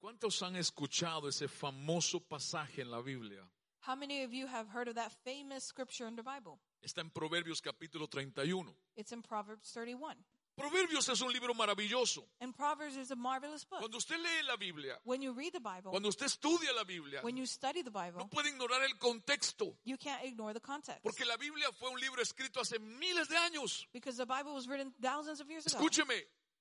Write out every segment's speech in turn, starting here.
¿Cuántos han escuchado ese famoso pasaje en la Biblia? How many of you have heard of that famous scripture in the Bible? Está en Proverbios capítulo 31. It's in Proverbs 31. Proverbios es un libro maravilloso. And Proverbs is a marvelous book. Cuando usted lee la Biblia, When you read the Bible, cuando usted estudia la Biblia, when you study the no Bible, puede ignorar el contexto, you can't ignore the context. porque la Biblia fue un libro escrito hace miles de años. Because the Bible was written thousands of years ago. Escúcheme,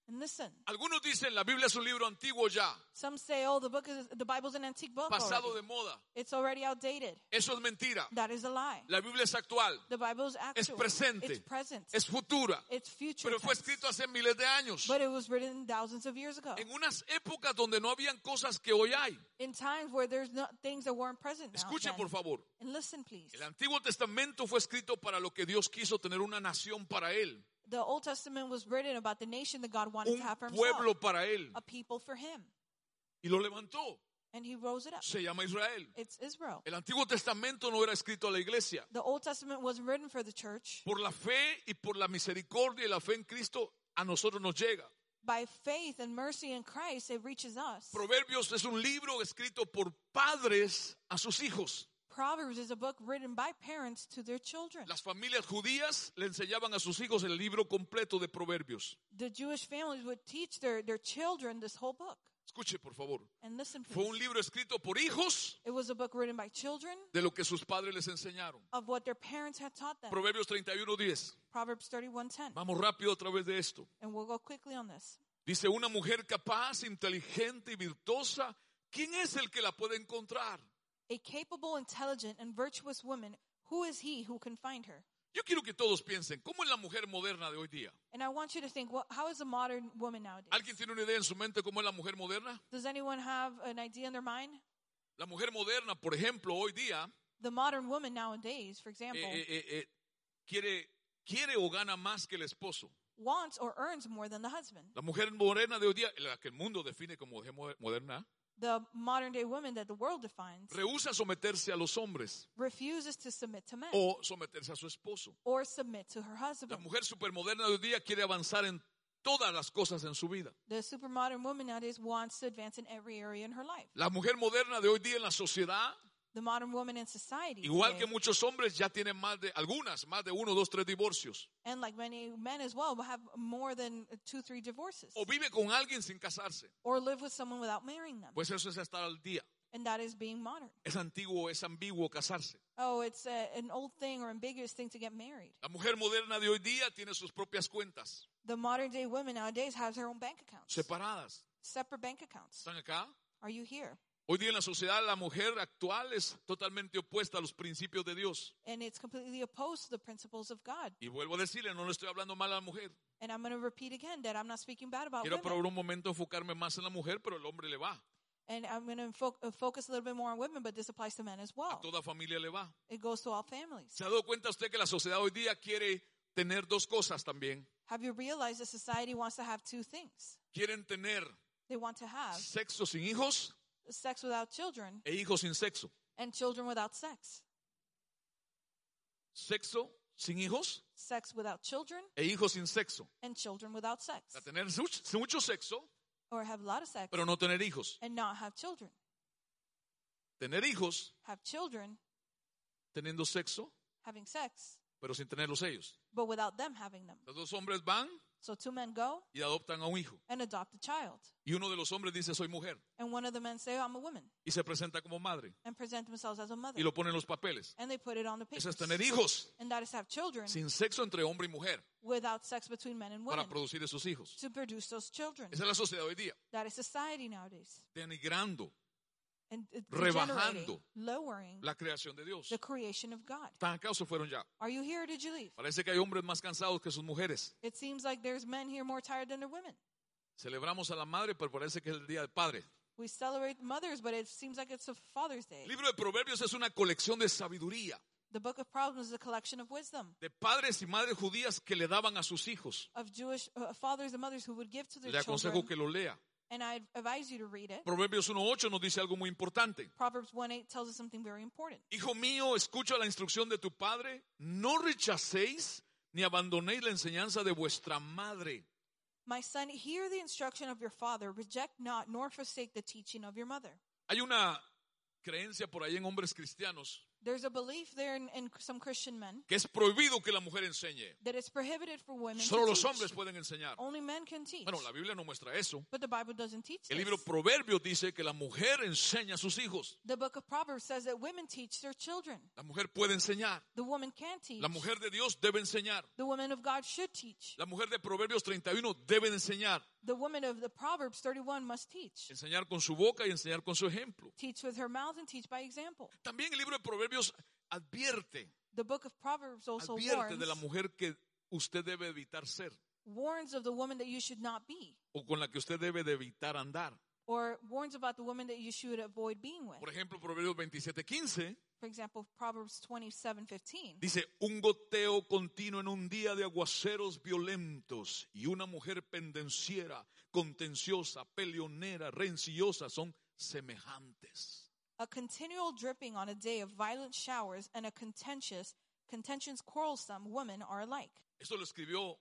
And listen, algunos dicen la Biblia es un libro antiguo ya, some say, oh, the book is, the Bible's an antique book. pasado already. de moda. It's already outdated. Eso es mentira. That is a lie. La Biblia es actual, The Bible is actual. presente. It's present. es futura, It's future. pero fue tense. escrito hace miles de años. But it was written thousands of years ago. En unas épocas donde no habían cosas que hoy hay. In times where there's not things that weren't present now. Escuchen por then. favor. And listen, please. El Antiguo Testamento fue escrito para lo que Dios quiso tener una nación para él, The Old Testament was written about the nation that God wanted un to have for himself. pueblo para él. A people for him. Y lo levantó. And he rose it up. Se llama Israel. It's Israel. El Antiguo Testamento no era escrito a la iglesia. The Old Testament wasn't written for the church. Por la fe y por la misericordia y la fe en Cristo a nosotros nos llega. By faith and mercy in Christ, it reaches us. Proverbios es un libro escrito por padres a sus hijos. Proverbs is a book written by parents to their children. Las familias judías le enseñaban a sus hijos el libro completo de Proverbios. The Jewish families would teach their, their children this whole book. Escuche, por favor. And listen, Fue un please. libro escrito por hijos It was a book written by children de lo que sus padres les enseñaron. of what their parents had taught them. Proverbios 31:10. Proverbs 31:10. Vamos rápido a través de esto. And we'll go quickly on this. Dice, una mujer capaz, inteligente y virtuosa, ¿quién es el que la puede encontrar? A capable, intelligent, and virtuous woman, who is he who can find her? Yo quiero que todos piensen, ¿cómo es la mujer moderna de hoy día? And I want you to think, well, how is a modern woman ¿Alguien nowadays? tiene una idea en su mente cómo es la mujer moderna? Does anyone have an idea in their mind? La mujer moderna, por ejemplo, hoy día, The modern woman nowadays, for eh, example, eh, eh, eh, quiere, quiere o gana más que el esposo. wants or earns more than the husband. La mujer moderna de hoy día, la que el mundo define como mujer moder- moderna, The modern day woman that the world defines rehúsa someterse a los hombres refuses to submit to men o someterse a su esposo. or submit to her La husband. mujer supermoderna de hoy día quiere avanzar en todas las cosas en su vida. The supermodern woman nowadays wants to advance in every area in her life. La mujer moderna de hoy día en la sociedad, The modern woman in society, igual today, que muchos hombres, ya tienen más de algunas, más de uno, dos, tres divorcios. and like many men as well, will have more than two, three divorces O vive con alguien sin casarse. or live with someone without marrying them. Pues eso es estar al día. And that is being modern. Es antiguo, es ambiguo casarse. Oh, it's a, an old thing or ambiguous thing to get married. La mujer moderna de hoy día tiene sus propias cuentas The modern day woman nowadays has her own bank accounts, separadas. separate bank accounts. ¿Están acá? Are you here? Hoy día en la sociedad la mujer actual es totalmente opuesta a los principios de Dios. And it's completely opposed to the principles of God. Y vuelvo a decirle, no le estoy hablando mal a la mujer. And I'm going to repeat again that I'm not speaking bad about Quiero women. por un momento enfocarme más en la mujer, pero el hombre le va. and I'm going to fo- uh, focus a little bit more on women, but this applies to men as A well. toda familia le va. It goes to all families. ¿Se ha dado cuenta usted que la sociedad hoy día quiere tener dos cosas también? Have you realized that society wants to have two things? Quieren tener They want to have sexo sin hijos sex without children e hijos sin sexo. and children without sex. Sexo sin hijos Sex without children e hijos sin sexo. and children without sex. O sea, tener much- mucho sexo, Or have a lot of sex pero no tener hijos. and not have children. Tener hijos Have children teniendo sexo, having sex, pero sin tenerlos ellos. but without them having them. Los dos hombres van So two men go y adoptan a un hijo. and adopt a child. Y uno de los hombres dice, soy mujer. And one of the men say, I'm a woman, Y se presenta como madre. and present themselves as a mother. Y lo pone en los papeles. And they put it on the Eso papers. es tener hijos And that is to have children sin sexo entre hombre y mujer without sex between men and women para producir esos hijos. to produce those children. Esa es la sociedad hoy día. That is society nowadays. Denigrando And it's Rebajando. degenerating, lowering la creación de Dios. the creation of God. ¿Están acaso fueron ya? Are you here or did you leave? Parece que hay hombres más cansados que sus mujeres. It seems like there's men here more tired than there are women. Celebramos a la madre, pero parece que es el día del padre. We celebrate mothers, but it seems like it's a Father's Day. El libro de Proverbios es una colección de sabiduría The book of Proverbs is a collection of wisdom de padres y madres judías que le daban a sus hijos. of Jewish uh, fathers and mothers who would give to their Le aconsejo children. que lo lea. And I advise you to read it. Proverbios 1.8 nos dice algo muy importante. Proverbs 1:8 tells us something very important. Hijo mío, escucha la instrucción de tu padre. No rechacéis ni abandonéis la enseñanza de vuestra madre. My son, hear the instruction of your father. Reject not nor forsake the teaching of your mother. Hay una creencia por ahí en hombres cristianos There's a belief there in, in some Christian men que es prohibido que la mujer enseñe. that it's prohibited for women Solo to los teach. hombres pueden enseñar. Only men can teach. Bueno, la Biblia no muestra eso. But the Bible doesn't teach El this. libro Proverbios dice que la mujer enseña a sus hijos. The book of Proverbs says that women teach their children. La mujer puede enseñar. The woman can teach. La mujer de Dios debe enseñar. The woman of God should teach. La mujer de Proverbios 31 debe de enseñar. The woman of the Proverbs 31 must teach. Enseñar con su boca y enseñar con su ejemplo. Teach with her mouth and teach by example. También el libro de Proverbios advierte, The book of Proverbs also advierte warns, de la mujer que usted debe evitar ser warns of the woman that you should not be, o con la que usted debe de evitar andar. or warns about the woman that you should avoid being with. Por ejemplo, Proverbios 27:15 For example, Proverbs 27, 15. dice, un goteo continuo en un día de aguaceros violentos y una mujer pendenciera, contenciosa, peleonera, rencillosa son semejantes. A continual dripping on a day of violent showers and a contentious, contentions quarrelsome woman are alike. Esto lo escribió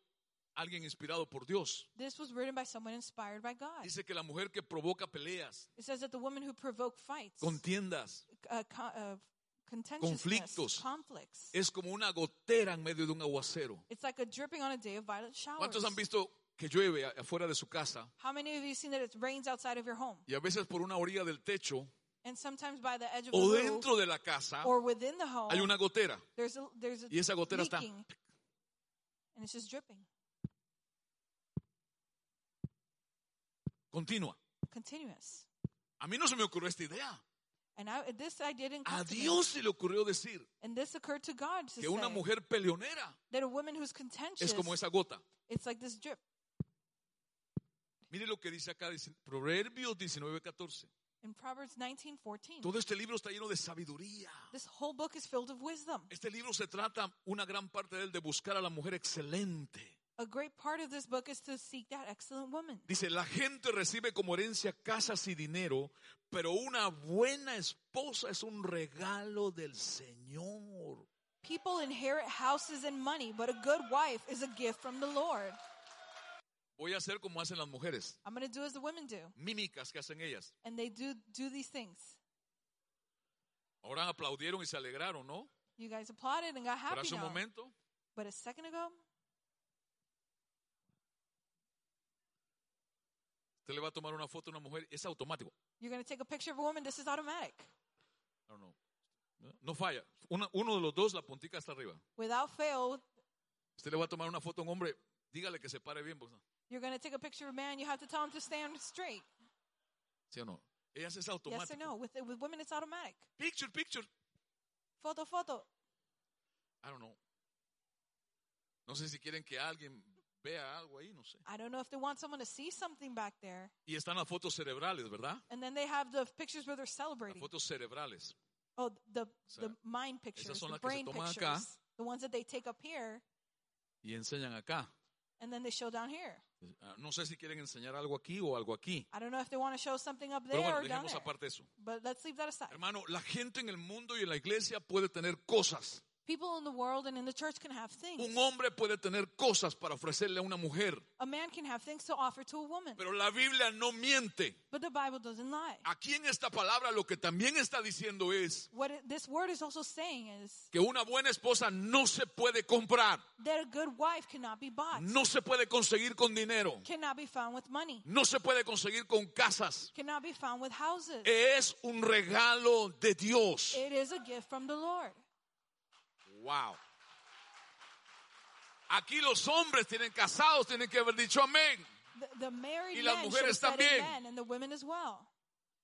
alguien inspirado por Dios. This was written by someone inspired by God. Dice que la mujer que provoca peleas, It says that the woman who provoked fights, contiendas, uh, co- uh, contentiousness, Conflictos. conflicts, es como una gotera en medio de un aguacero. it's like a dripping on a day of violent showers. ¿Cuántos han visto que llueve a- afuera de su casa How many of you seen that it rains outside of your home? y a veces por una orilla del techo And sometimes by the edge of o the roof dentro de la casa or within the home, hay una gotera? there's a, there's a Y esa gotera está- leaking, and it's just dripping, Continua. continuous. A mí no se me ocurrió esta idea. And I, this I didn't. A come to me. Dios se le ocurrió decir And this occurred to God to que una say mujer peleonera that a woman who's contentious, es como esa gota. it's like this drip. Mire lo que dice acá, dice Proverbios 19:14. In Proverbs 19:14, Todo este libro está lleno de sabiduría. this whole book is filled with wisdom. Este libro se trata, una gran parte de él, de buscar a la mujer excelente. A great part of this book is to seek that excellent woman. Dice, la gente recibe como herencia casas y dinero, pero una buena esposa es un regalo del Señor. People inherit houses and money, but a good wife is a gift from the Lord. Voy a hacer como hacen las mujeres, I'm going to do as the women do, mímicas que hacen ellas. and they do do these things. Ahora aplaudieron y se alegraron, ¿no? You guys applauded and got Pero happy hace un now. momento, But a second ago, usted le va a tomar una foto a una mujer, es automático. you're going to take a picture of a woman. This is automatic. No, no, no falla. Una- uno de los dos, la puntica hasta arriba. Without fail, Usted le va a tomar una foto a un hombre, dígale que se pare bien, pues, you're going to take a picture of a man. You have to tell him to stand straight. ¿sí o no? Ellas es Yes automático. or no? With with women, it's automatic. Picture, picture. Photo, photo. I don't know. No sé si quieren que alguien vea algo ahí, no sé. I don't know if they want someone to see something back there. Y están las fotos cerebrales, ¿verdad? And then they have the pictures where they're Las celebrating. fotos cerebrales. Oh, the sea, the mind pictures, son the las que se brain toman pictures, acá. the ones that they take up here, Y enseñan acá. and then they show down here. Ah, No sé si quieren enseñar algo aquí o algo aquí. I don't know if they want to show something up there Pero bueno, or down dejemos there. aparte eso. But let's leave that aside. Hermano, la gente en el mundo y en la iglesia puede tener cosas. People in the world and in the church can have things. Un hombre puede tener cosas para ofrecerle a una mujer. A man can have things to offer to a woman, Pero Ah. la Biblia no miente. but the Bible doesn't lie. Aquí en esta palabra lo que también está diciendo es What it, this word is also saying is que una buena esposa no se puede comprar, that a good wife cannot be bought, no se puede conseguir con dinero. cannot be found with money, no se puede conseguir con casas. cannot be found with houses. Es un regalo de Dios. It is a gift from the Lord. Wow. Aquí los hombres tienen casados, tienen que haber dicho amén. The, the married Y las men mujeres should have said también. amen, and the women as well.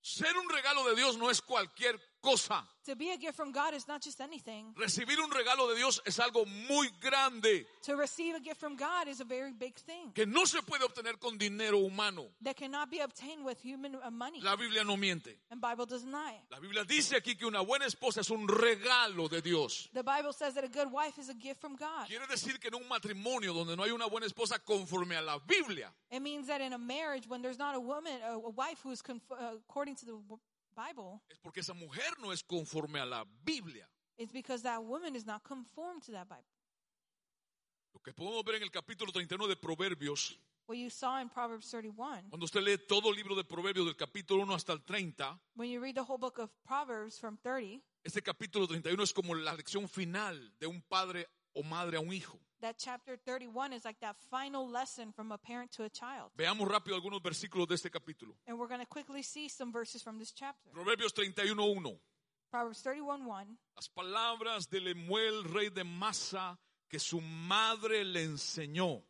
Ser un regalo de Dios no es cualquier cosa. To be a gift from God is not just anything. Recibir un regalo de Dios es algo muy grande To receive a gift from God is a very big thing que no se puede obtener con dinero humano. that cannot be obtained with human uh, money. La Biblia no miente. And Bible doesn't lie. La Biblia dice aquí que una buena esposa es un regalo de Dios. The Bible says that a good wife is a gift from God. Quiere decir que en un matrimonio donde no hay una buena esposa conforme a la Biblia, It means that in a marriage, when there's not a woman, a, a wife who's conf- uh, according to the w- Bible, es porque esa mujer no es conforme a la Biblia. it's because that woman is not conformed to that Bible. Lo que podemos ver en el capítulo 31 de Proverbios What you saw in Proverbs 31. Cuando usted lee todo el libro de Proverbios del capítulo 1 hasta el 30, When you read the whole book of Proverbs from 30, este capítulo 31 es como la lección final de un padre o madre a un hijo. that chapter 31 is like that final lesson from a parent to a child. Veamos rápido algunos versículos de este capítulo. And we're going to quickly see some verses from this chapter. Proverbios 31.1. Proverbs 31 1. Las palabras de Lemuel, rey de Masa, que su madre le enseñó.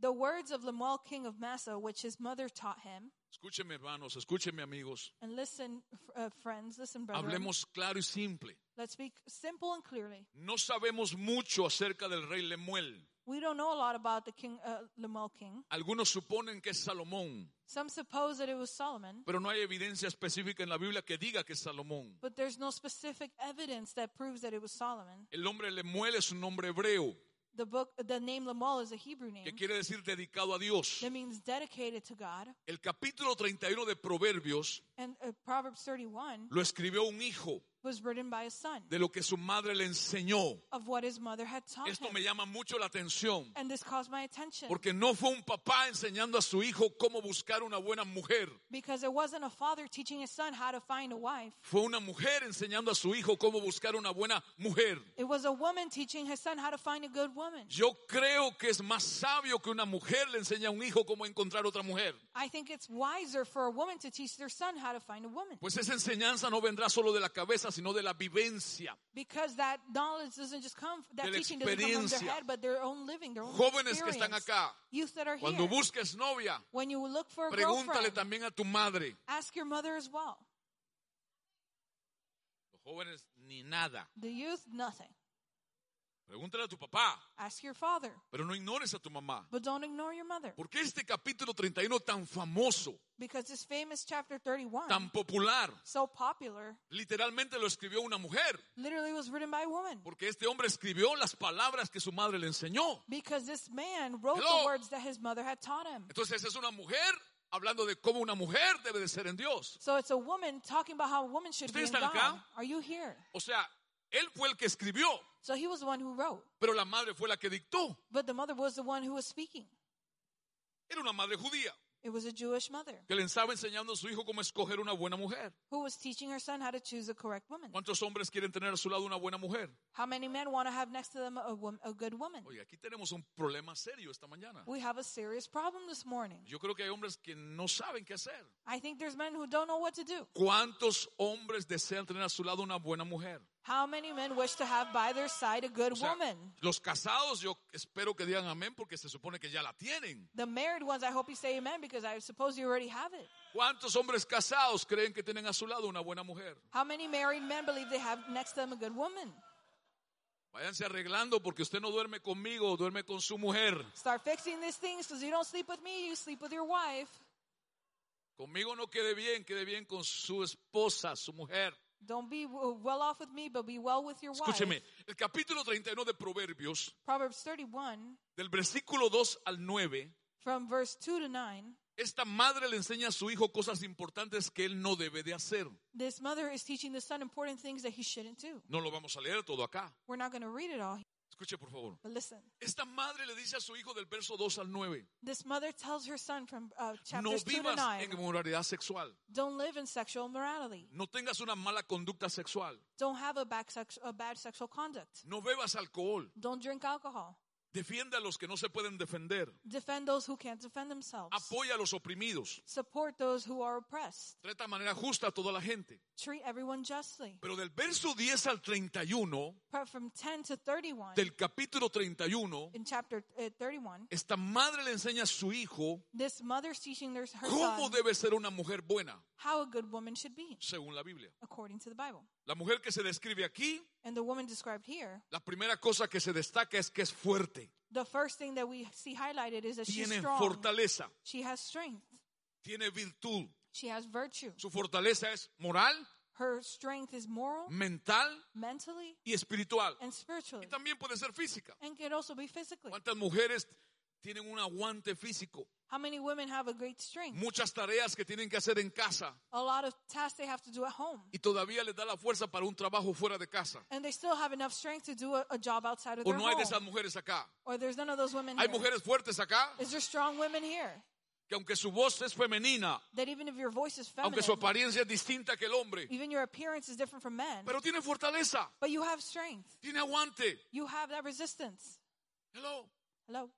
The words of Lemuel, king of Massa, which his mother taught him. Escúcheme, hermanos, escúcheme, amigos. And listen, f- uh, friends, listen, brethren. Hablemos claro y simple. Let's speak simple and clearly. No sabemos mucho acerca del rey Lemuel. We don't know a lot about the king, uh, Lemuel king. Algunos suponen que es Salomón, Some suppose that it was Solomon, pero no hay evidencia específica en la Biblia que diga que es Salomón. but there's no specific evidence that proves that it was Solomon. El nombre Lemuel es un nombre hebreo The book, the name Lemuel is a Hebrew que name quiere decir dedicado a Dios. that means dedicated to God. El capítulo 31 de Proverbios And uh, Proverbs 31 lo escribió un hijo was written by a son de lo que su madre le enseñó. of what his mother had taught Esto me him. llama mucho la atención And this caused my attention porque no fue un papá enseñando a su hijo cómo buscar una buena mujer. because it wasn't a father teaching his son how to find a wife. Fue una mujer enseñando a su hijo cómo buscar una buena mujer. It was a woman teaching his son how to find a good woman. Yo creo que es más sabio que una mujer le enseñe a un hijo cómo encontrar otra mujer. I think it's wiser for a woman to teach their son how to find a woman Pues esa enseñanza no vendrá solo de la cabeza, sino de la vivencia. because that knowledge doesn't just come, De that la teaching doesn't come from their experiencia. head, but their own living, their own Jóvenes que experience. están acá, Youth that are cuando here, busques novia, when you look for a pregúntale girlfriend, también a tu madre. ask your mother as well. Los jóvenes ni nada. The youth, nothing. Pregúntale a tu papá, Ask your father, pero no ignores a tu mamá. but don't ignore your mother ¿Por qué este capítulo 31 tan famoso, because this famous chapter 31, tan popular? so popular, Literalmente lo escribió una mujer, literally was written by a woman porque este hombre escribió las palabras que su madre le enseñó. because this man wrote Hello? the words that his mother had taught him. Entonces es una mujer hablando de cómo una mujer debe de ser en Dios. So it's a woman talking about how a woman should be ¿Ustedes in están God. acá? Are you here? O sea, él fue el que escribió, So he was the one who wrote, pero la madre fue la que dictó. but the mother was the one who was speaking. Era una madre judía It was a Jewish mother que le estaba enseñando a su hijo cómo escoger una buena mujer. who was teaching her son how to choose the correct woman. ¿Cuántos hombres quieren tener a su lado una buena mujer? How many men want to have next to them a, wom- a good woman? Oye, aquí tenemos un problema serio esta mañana. We have a serious problem this morning. Yo creo que hay hombres que no saben qué hacer. I think there's men who don't know what to do. ¿Cuántos hombres desean tener a su lado una buena mujer? How many men wish to have by their side a good O sea, woman? los casados yo espero que digan amén porque se supone que ya la tienen. The married ones, I hope you say amen because I suppose you already have it. ¿Cuántos hombres casados creen que tienen a su lado una buena mujer? How many married men believe they have next to them a good woman? Váyanse arreglando porque usted no duerme conmigo, duerme con su mujer. Start fixing these things because you don't sleep with me, you sleep with your wife. Conmigo no quede bien, quede bien con su esposa, su mujer. Don't be w- well off with me, but be well with your Escúcheme, wife. el capítulo 31 de Proverbios, Proverbs 31, del versículo 2 al 9, from verse 2 to 9, esta madre le enseña a su hijo cosas importantes que él no debe de hacer. this mother is teaching the son important things that he shouldn't do. No lo vamos a leer todo acá. We're not going to read it all, Escuche, por favor. but listen. Esta madre le dice a su hijo del verso 2 al 9, This mother tells her son from uh, no chapters 2 to vivas 9 en inmoralidad sexual, don't live in sexual immorality, no tengas una mala conducta sexual, don't have a bad, sex- a bad sexual conduct, no bebas alcohol, don't drink alcohol, defiende a los que no se pueden defender, defend those who can't defend themselves, apoya a los oprimidos, support those who are oppressed, trata de manera justa a toda la gente. treat everyone justly. Pero del verso 10 al 31, But from 10 to 31, del capítulo 31, in chapter uh, 31, esta madre le enseña a su hijo This mother's teaching their, her cómo son debe ser una mujer buena, how a good woman should be, según la Biblia. according to the Bible. La mujer que se describe aquí, And the woman described here, la primera cosa que se destaca es que es fuerte, the first thing that we see highlighted is that she's tiene strong. fortaleza, She has strength. tiene virtud. She has virtue. Su fortaleza es moral, Her strength is Mm. moral, mental mentally, y espiritual. and spiritually. Y también puede ser física. And can also be physically. ¿Cuántas mujeres tienen un aguante físico, How many women have a great strength? muchas tareas que tienen que hacer en casa A lot of tasks they have to do at home. y todavía les da la fuerza para un trabajo fuera de casa. And they still have enough strength to do a, a job outside of O their no hay de esas home. mujeres acá. Or there's none of those women Hay here. mujeres fuertes acá Is there strong women here? que aunque su voz es femenina, That even if your voice is feminine, aunque su apariencia es distinta que el hombre, even your appearance is different from men, pero tiene fortaleza, but you have strength. tiene aguante. You have that resistance. Hello. Hello.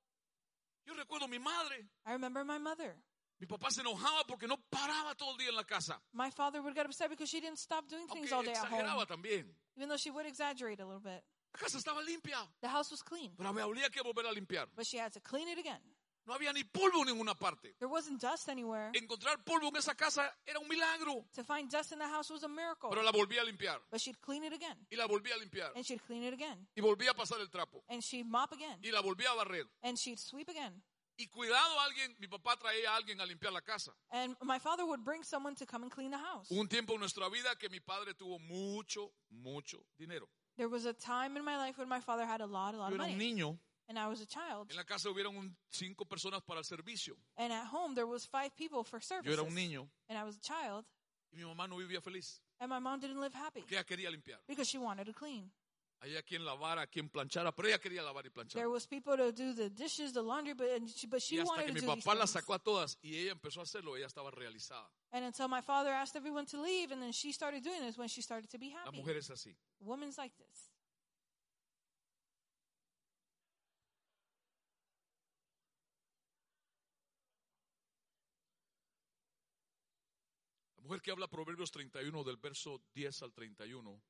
Yo recuerdo a mi madre. I remember my mother. Mi papá se enojaba porque no paraba todo el día en la casa. My father would get upset because she didn't stop doing things Aunque all day at exageraba home, también. even though she would exaggerate a little bit. La casa estaba limpia, The house was clean, pero me habría que volver a limpiar. but she had to clean it again. No había ni polvo en ninguna parte. There wasn't dust anywhere. Encontrar polvo en esa casa era un milagro. To find dust in the house was a miracle, Pero la volví a limpiar. but she'd clean it again, Y la volví a limpiar. and she'd clean it again, Y volví a pasar el trapo. and she'd mop again, Y la volví a barrer. and she'd sweep again. Y cuidado a alguien, mi papá traía a alguien a limpiar la casa. And my father would bring someone to come and clean the house. Hubo un tiempo en nuestra vida que mi padre tuvo mucho, mucho dinero. There was a time in my life when my father had a lot, a lot Yo of era un money, niño. and I was a child. En la casa hubieron un- cinco personas para el servicio. And at home, there was five people for Yo services, era un niño. and I was a child, Y mi mamá no vivía feliz. and my mom didn't live happy Porque ella quería limpiar. because she wanted to clean. Había quien lavara, quien planchara, pero ella quería lavar y planchar. There was people to do the dishes, the laundry, but and she, but Y she hasta wanted que to mi do these papá las things. sacó a todas y ella empezó a hacerlo, ella estaba realizada. And until my father asked everyone to leave, and then she started doing this when she started to be La happy. mujer es así. Women's like this. La mujer que habla Proverbios 31 del verso 10 al 31,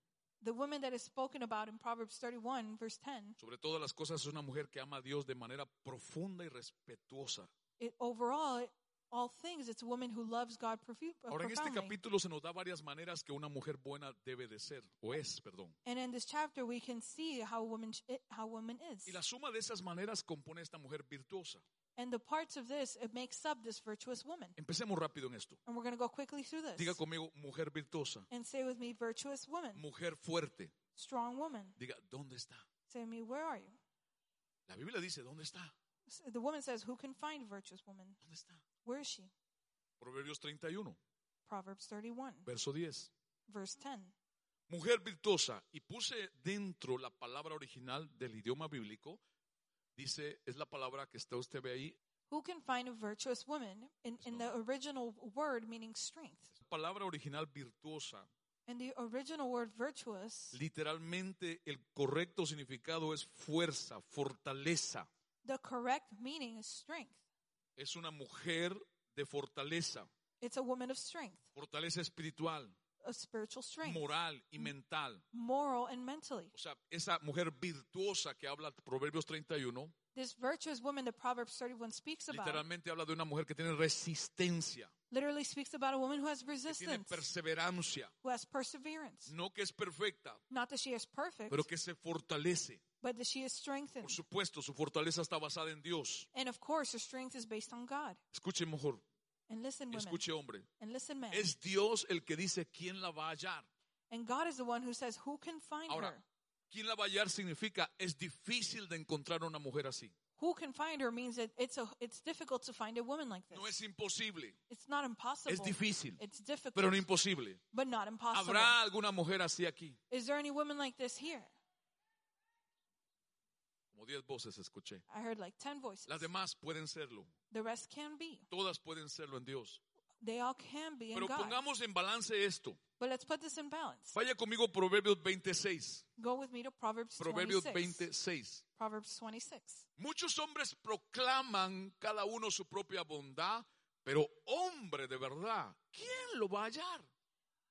The woman that is spoken about in Proverbs 31, verse 10, sobre todas las cosas es una mujer que ama a Dios de manera profunda y respetuosa. it, overall, it, all things, it's a woman who loves God profu- uh, Ahora en este profoundly. capítulo se nos da varias maneras que una mujer buena debe de ser, o es, perdón. And in this chapter, we can see how woman sh- it- how woman is, Y la suma de esas maneras compone esta mujer virtuosa. and the parts of this it makes up this virtuous woman. Empecemos rápido en esto. And we're going to go quickly through this. Diga conmigo, mujer virtuosa, and say with me, virtuous woman, mujer fuerte. strong woman. Diga, ¿dónde está? Say to me, where are you? La Biblia dice, ¿dónde está? S- The woman says, who can find virtuous woman? ¿Dónde está? Where is she? Proverbios 31, Proverbs 31, verso 10. verse 10. Mujer virtuosa, y puse dentro la palabra original del idioma bíblico, dice, es la palabra que está usted ve ahí, Who can find a virtuous woman? In, in the original word meaning strength. la palabra original virtuosa. And the original word virtuous, Literalmente el correcto significado es fuerza, fortaleza. the correct meaning is strength. Es una mujer de fortaleza, It's a woman of strength, fortaleza espiritual, of spiritual strength, moral y mental. moral and mentally. O sea, esa mujer virtuosa que habla Proverbios 31, This virtuous woman that Proverbs 31 speaks about literalmente habla de una mujer que tiene resistencia, literally speaks about a woman who has que tiene resistance, perseverancia, who has perseverance. no que es perfecta, Not that she is perfect, pero que se fortalece. but that she is strengthened. Por supuesto, su fortaleza está basada en Dios. And of course, her strength is based on God. Escuche mejor, And listen, women, escuche hombre. and listen, men. Es Dios el que dice quién la va a hallar. And God is the one who says, Who can find her? Ahora, quién la va a hallar significa es difícil de encontrar una mujer así. Who can find her means that it's, a, it's difficult to find a woman like this. No es imposible, it's not impossible. es difícil, It's difficult, pero no imposible. but not impossible. ¿Habrá alguna mujer así aquí? Is there any woman like this here? Como 10 voces escuché. I heard like 10 voices. Las demás pueden serlo. The rest can be. Todas pueden serlo en Dios. They all can be in Pero God. pongamos en balance esto. But let's put this in balance. Vaya conmigo Proverbios 26. Go with me to Proverbs Proverbios 26. 26. Proverbs 26. Muchos hombres proclaman cada uno su propia bondad, pero hombre de verdad, ¿quién lo va a hallar?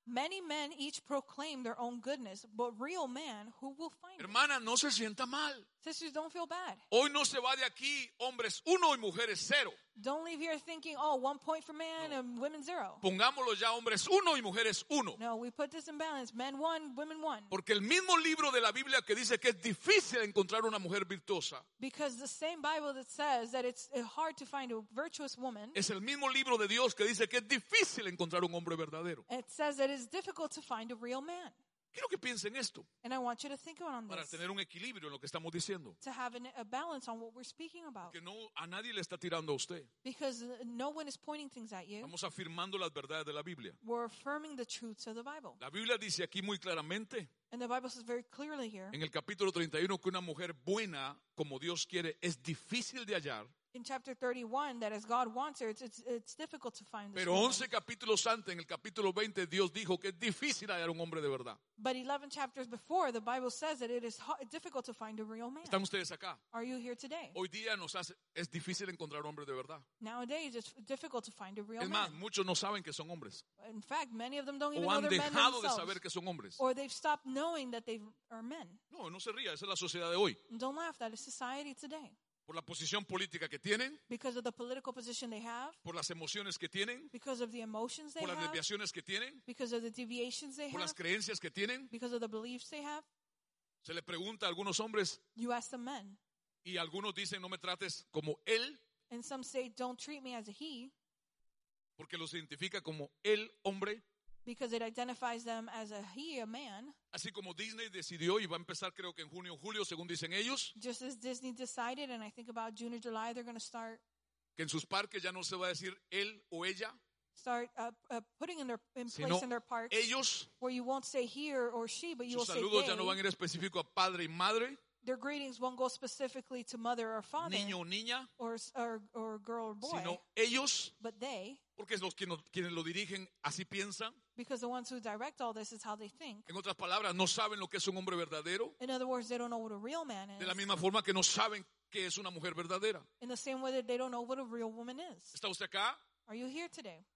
Many men each proclaim their own goodness, but real man, who will find him? Hermana, no se sienta mal. Sisters, don't feel bad. Hoy no se va de aquí hombres uno y mujeres cero. Don't leave here thinking, oh, one point for man and women zero. Pongámoslo ya hombres uno y mujeres uno. No, we put this in balance. Men one, women one. Porque el mismo libro de la Biblia que dice que es difícil encontrar una mujer virtuosa, Because the same Bible that says that it's uh, hard to find a virtuous woman, es el mismo libro de Dios que dice que es difícil encontrar un hombre verdadero. it says that it's difficult to find a real man. Quiero que piensen esto And I want you to think on para this tener un equilibrio en lo que estamos diciendo. to have an, a balance on what we're speaking about Que no a nadie le está tirando a usted. because uh, no one is pointing things at you. Estamos afirmando las verdades de la Biblia. We're affirming the truths of the Bible. La Biblia dice aquí muy claramente, And the Bible says very clearly here en el capítulo 31, que una mujer buena, como Dios quiere, es difícil de hallar. in chapter 31 that as God wants her, it's, it's, it's difficult to find this Pero woman. 11 capítulos antes, en el capítulo 20, Dios dijo que es difícil hallar un hombre de verdad. But 11 chapters before, the Bible says that it is ho- difficult to find a real man. ¿Están ustedes acá? Are you here today? Hoy día nos hace, es difícil encontrar hombres de verdad. Nowadays, it's difficult to find a real Es más, man. muchos no saben que son hombres. In fact, many of them don't even O know han they're men dejado de themselves. saber que son hombres. Or they've stopped knowing that they are men. No, no se ría, esa es la sociedad de hoy. And don't laugh, that is society today. Por la posición política que tienen, Because of the political position they have, por las emociones que tienen, because of the emotions they por las have, desviaciones que tienen, because of the deviations they por have, las creencias que tienen. because of the beliefs they have. Se le pregunta a algunos hombres You ask the men. y algunos dicen, no me trates como él, And some say, don't treat me as a he, porque los identifica como el hombre. because it identifies them as a he, a man. Así como Disney decidió y va a empezar creo que en junio o julio, según dicen ellos, Just as Disney decided, and I think about June or July, they're going to start que en sus parques ya no se va a decir él o ella, start uh, uh, putting in their in Si place no, in their parks ellos. where you won't say he or, or she, but you will Sus say saludos ya they. no van a ir específico a padre y madre, Their greetings won't go specifically to mother or father niño o niña, or, s- or or girl or boy, sino ellos, but they, porque es los que no- quienes lo dirigen así piensan. because the ones who direct all this is how they think. En otras palabras, no saben lo que es un hombre verdadero, In other words, they don't know what a real man de is. la misma forma que no saben qué es una mujer verdadera. In the same way that they don't know what a real woman is. ¿Está usted acá? Are you here today?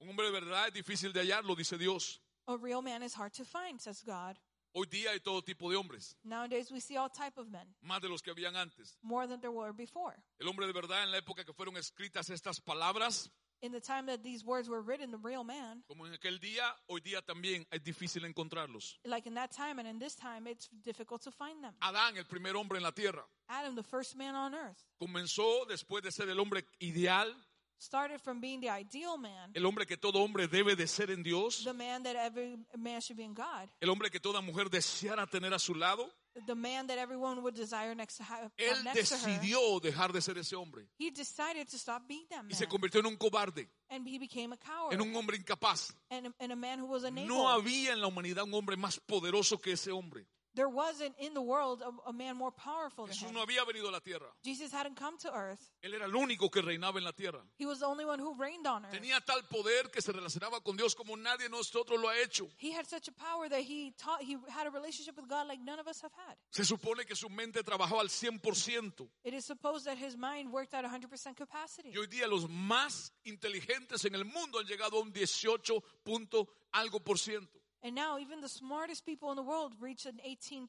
Un hombre de verdad es difícil de hallar, lo dice Dios. A real man is hard to find, says God. Hoy día hay todo tipo de hombres, Nowadays, we see all type of men, más de los que habían antes. more than there were before. El hombre de verdad en la época que fueron escritas estas palabras, in the time that these words were written, the real man, como en aquel día, hoy día también es difícil encontrarlos. like in that time and in this time, it's difficult to find them. Adán, el primer hombre en la tierra, Adam, the first man on earth, comenzó después de ser el hombre ideal, started from being the ideal man, el hombre que todo hombre debe de ser en Dios, the man that every man should be in God, el hombre que toda mujer deseara tener a su lado. the man that everyone would desire next to have Él next to her. decidió dejar de ser ese hombre He decided to stop being that y se man, convirtió en un cobarde, and he became a coward en un hombre incapaz. and, and a man who was unable. No había en la humanidad un hombre más poderoso que ese hombre. there wasn't in the world a, a man more powerful than Jesús him. no había venido a la tierra. Jesus hadn't come to earth. Él era el único que reinaba en la tierra. He was the only one who reigned on earth. Tenía tal poder que se relacionaba con Dios como nadie de nosotros lo ha hecho. He had such a power that he taught he had a relationship with God like none of us have had. Se supone que su mente trabajaba al 100%. It is supposed that his mind worked at 100% capacity. Y hoy día los más inteligentes en el mundo han llegado a un 18 punto algo por ciento. And now even the smartest people in the world reach an 18%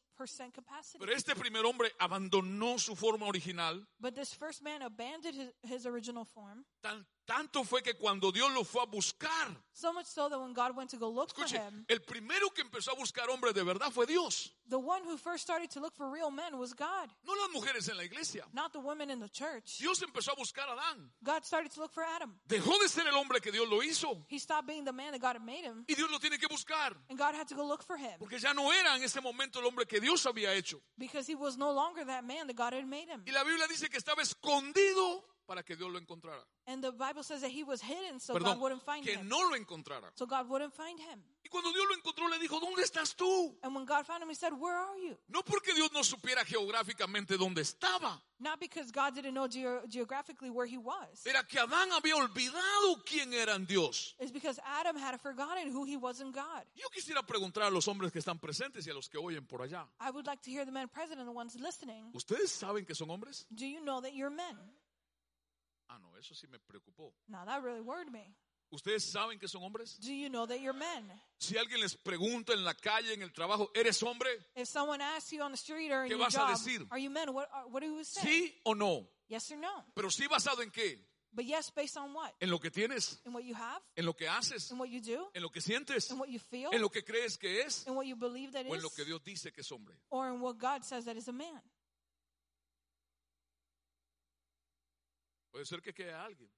capacity. Pero este primer hombre abandonó su forma original. But this first man abandoned his, his original form, Tan- tanto fue que cuando Dios lo fue a buscar, so much so that when God went to go look for escuche, him, el primero que empezó a buscar hombres de verdad fue Dios, the one who first started to look for real men was God, no las mujeres en la iglesia. not the women in the church. Dios empezó a buscar a Adán. God started to look for Adam. Dejó de ser el hombre que Dios lo hizo He stopped being the man that God had made him, y Dios lo tiene que buscar. and God had to go look for him Porque ya no era en ese momento el hombre que Dios había hecho. because he was no longer that man that God had made him. Y la Biblia dice que estaba escondido para que Dios lo encontrara. And the Bible says that he was hidden, so God Perdón, wouldn't find que him. no lo encontrara. So God wouldn't find him. Y cuando Dios lo encontró le dijo, ¿dónde estás tú? And when God found him, he said, Where are you? No porque Dios no supiera geográficamente dónde estaba. Not because God didn't know geo- geographically where he was. Era que Adán había olvidado quién era en Dios. It's because Adam had forgotten who he was in God. Yo quisiera preguntar a los hombres que están presentes y a los que oyen por allá. I would like to hear the men present and the ones listening. ¿Ustedes saben que son hombres? Do you know that you're men? Ah, no, eso sí me preocupó. Now that really worried me. ¿Ustedes saben que son hombres? Do you know that you're men? Si alguien les pregunta en la calle, en el trabajo, ¿eres hombre? If someone asks you on the street or in ¿Qué your vas a job, decir? are you men? What, are- what do you say? ¿Sí o no? Yes or no? Pero sí basado en qué? But yes, based on what? En lo que tienes, In what you have? en lo que haces, In what you do? en lo que sientes, In what you feel? en lo que crees que es In what you believe that o en lo is? que Dios dice que es hombre. or in what God says that is a man. Puede ser que quede alguien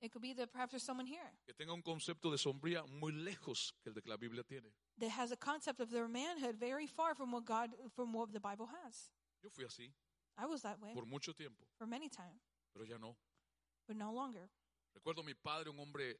It could be that perhaps there's someone here que tenga un concepto de sombría muy lejos que el de que la Biblia tiene. that has a concept of their manhood very far from what God, from what the Bible has. Yo fui así I was that way por mucho tiempo, for many times, pero ya no. but no longer. Recuerdo a mi padre, un hombre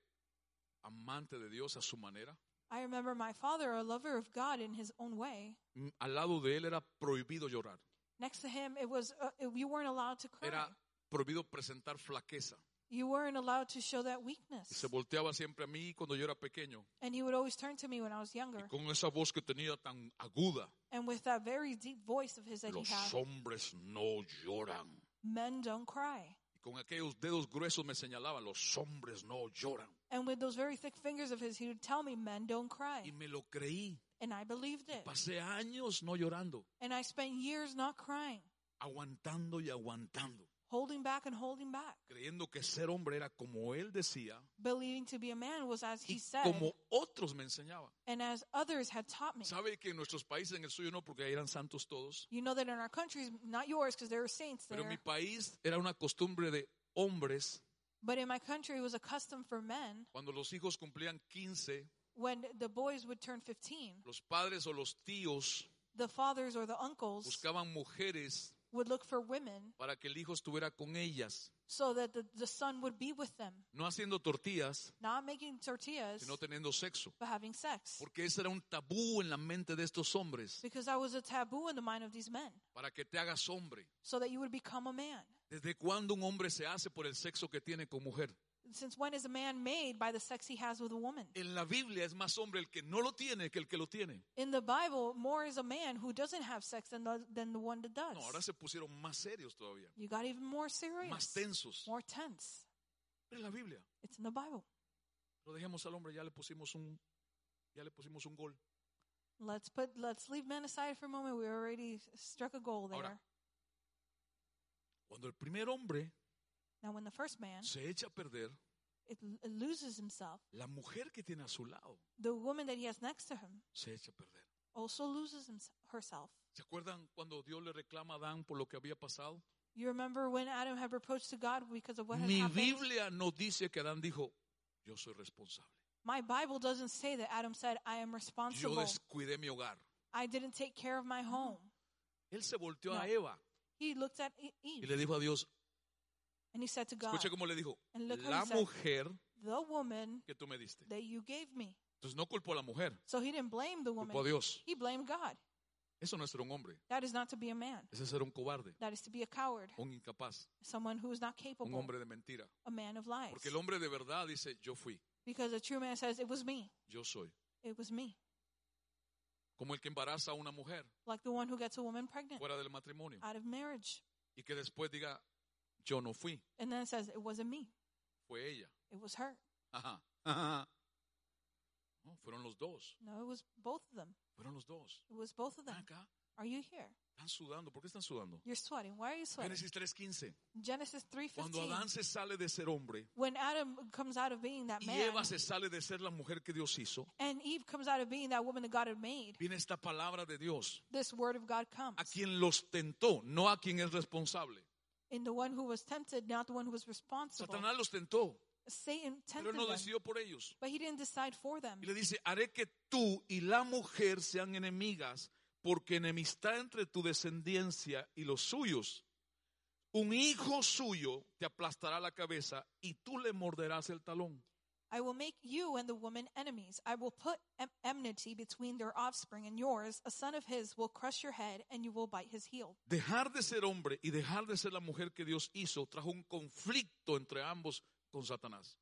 amante de Dios a su manera. I remember my father, a lover of God in his own way. Mm, Al lado de él era prohibido llorar, Next to him, it was uh, you weren't allowed to cry. era prohibido presentar flaqueza. You weren't allowed to show that Y se weakness. volteaba siempre a mí cuando yo era pequeño. And he would always turn to me when I was Y younger. con esa voz que tenía tan aguda, And with that very deep voice of his that he los had, hombres no lloran. men don't cry. Y con aquellos dedos gruesos me señalaba, los hombres no lloran. And with those very thick fingers of his, he would tell me, men don't cry. Y me lo creí. And I believed it. Pasé años no llorando, And I spent years not crying, aguantando y aguantando, holding back and holding back, creyendo que ser hombre era como él decía believing to be a man was as he y said como otros me enseñaban. and as others had taught me. ¿Sabe que en nuestros países, en el suyo no, porque ahí eran santos todos? You know that in our countries, not yours, because there were saints Pero en mi there, país era una costumbre de hombres, but in my country, it was a custom for men cuando los hijos cumplían 15, when the boys would turn 15, los padres o los tíos the fathers or the uncles buscaban mujeres would look for women para que el hijo estuviera con ellas, so that the, the son would be with them, no haciendo tortillas, not making tortillas, sino teniendo sexo. but having sex. Porque ese era un tabú en la mente de estos hombres, Because that was a taboo in the mind of these men, para que te hagas hombre. so that you would become a man. ¿Desde cuándo un hombre se hace por el sexo que tiene con mujer? Since when is a man made by the sex he has with a woman? En la Biblia es más hombre el que no lo tiene que el que lo tiene. In the Bible, more is a man who doesn't have sex than the, than the one that does. No, ahora se pusieron más serios todavía, You got even more más serious, tensos. more tense. En la Biblia. It's in the Bible. Pero dejemos al hombre, ya le pusimos un, ya le pusimos un gol. Let's put let's leave men aside for a moment. We already struck a goal there. Ahora. Cuando el primer hombre now, when the first man se echa a perder, it, it loses himself, la mujer que tiene a su lado the woman that he has next to him se echa a perder. also loses himself, herself. ¿Se acuerdan cuando Dios le reclama a Adán por lo que había pasado? You remember when Adam had reproached to God because of what had Mi happened. Biblia nos dice que Adán dijo, yo soy responsable. My Bible doesn't say that Adam said, "I am Yo responsible. descuidé mi hogar. I didn't take care of my home." Él se volteó a No. Eva He looked at E- y Eve le dijo a Dios, and he said to God, escucha cómo le dijo, And look how la he said- mujer "The woman que tú me diste. that you gave me." Entonces no culpó a la mujer, So he didn't blame the culpó a woman. Dios. He blamed God. Eso no es ser un hombre, That is not to be a man. ese es ser un cobarde, That is to be a coward, un incapaz, someone who is not un capable, hombre de mentira. a man of lies. Porque el hombre de verdad dice, yo fui, Because a true man says, "It was me. yo soy. It was me." Como el que embaraza a una mujer Like the one who gets a woman pregnant fuera del matrimonio out of marriage y que después diga, yo no fui, and then says, "It wasn't me. fue ella. It was her." Ajá, ajá. No, fueron los dos, No, it was both of them. fueron los dos. It was both of Están them. acá, Are you here? están sudando, ¿por qué están sudando? You're sweating. Why are you sweating? Génesis 3.15. Genesis Cuando Adán 3:15. se sale de ser hombre When Adam comes out of being that y man Eva se sale de ser la mujer que Dios hizo, and Eve comes out of being that woman that God had made, viene esta palabra de Dios this word of God comes. a quien los tentó, no a quien es responsable. In the one who was tempted, not the one who was responsible. Satanás los tentó, Satan pero tempted no them, decidió por ellos. but he didn't decide for them. Y le dice, haré que tú y la mujer sean enemigas, porque enemistad entre tu descendencia y los suyos. Un hijo suyo te aplastará la cabeza y tú le morderás el talón. I will make you and the woman enemies. I will put em- enmity between their offspring and yours. A son of his will crush your head, and you will bite his heel. Dejar de ser hombre y dejar de ser la mujer que Dios hizo trajo un conflicto entre ambos con Satanás.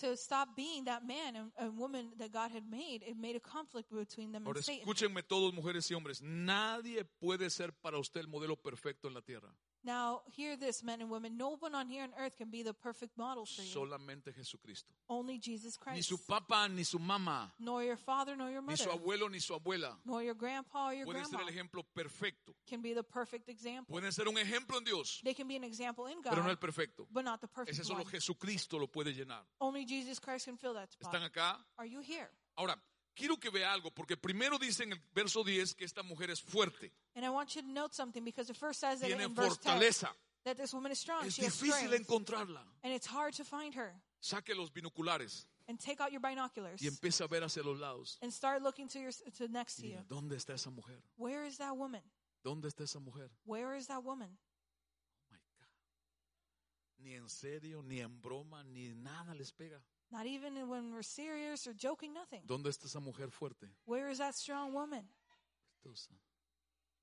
To stop being that man and, and woman that God had made, it made a conflict between them Ahora and Satan. escúchenme todos mujeres y hombres, nadie puede ser para usted el modelo perfecto en la tierra, Now, hear this, men and women. No one on here on earth can be the perfect model for you. solamente Jesucristo. Only Jesus Ni Christ. su papá, ni su mamá, nor your father, nor your ni mother, su abuelo, ni su abuela. nor your grandpa or your Pueden ser grandma el ejemplo perfecto. can be the perfect example. Pueden ser un ejemplo en Dios, They can be an example in God, pero no el perfecto. but not the perfect Ese solo one. Jesucristo lo puede llenar. Only Jesus Christ can fill that spot. ¿Están acá? Are you here? Ahora, quiero que vea algo, porque primero dice en el verso 10 que esta mujer es fuerte, And I want you to note something because it first says that tiene in verse 10 fortaleza. that this woman is strong. Es Ah, she has difícil strength, encontrarla. and it's hard to find her. Saque los binoculares and take out your binoculars y empiece a ver hacia los lados. and start looking to your to next Y to you. diga, ¿Dónde está esa mujer? Where is that woman? ¿Dónde está esa mujer? Where is that woman? Oh my God. Ni en serio, ni en broma, ni nada les pega. Not even when we're serious or joking, nothing. ¿Dónde está esa mujer fuerte? Where is that strong woman? Entonces,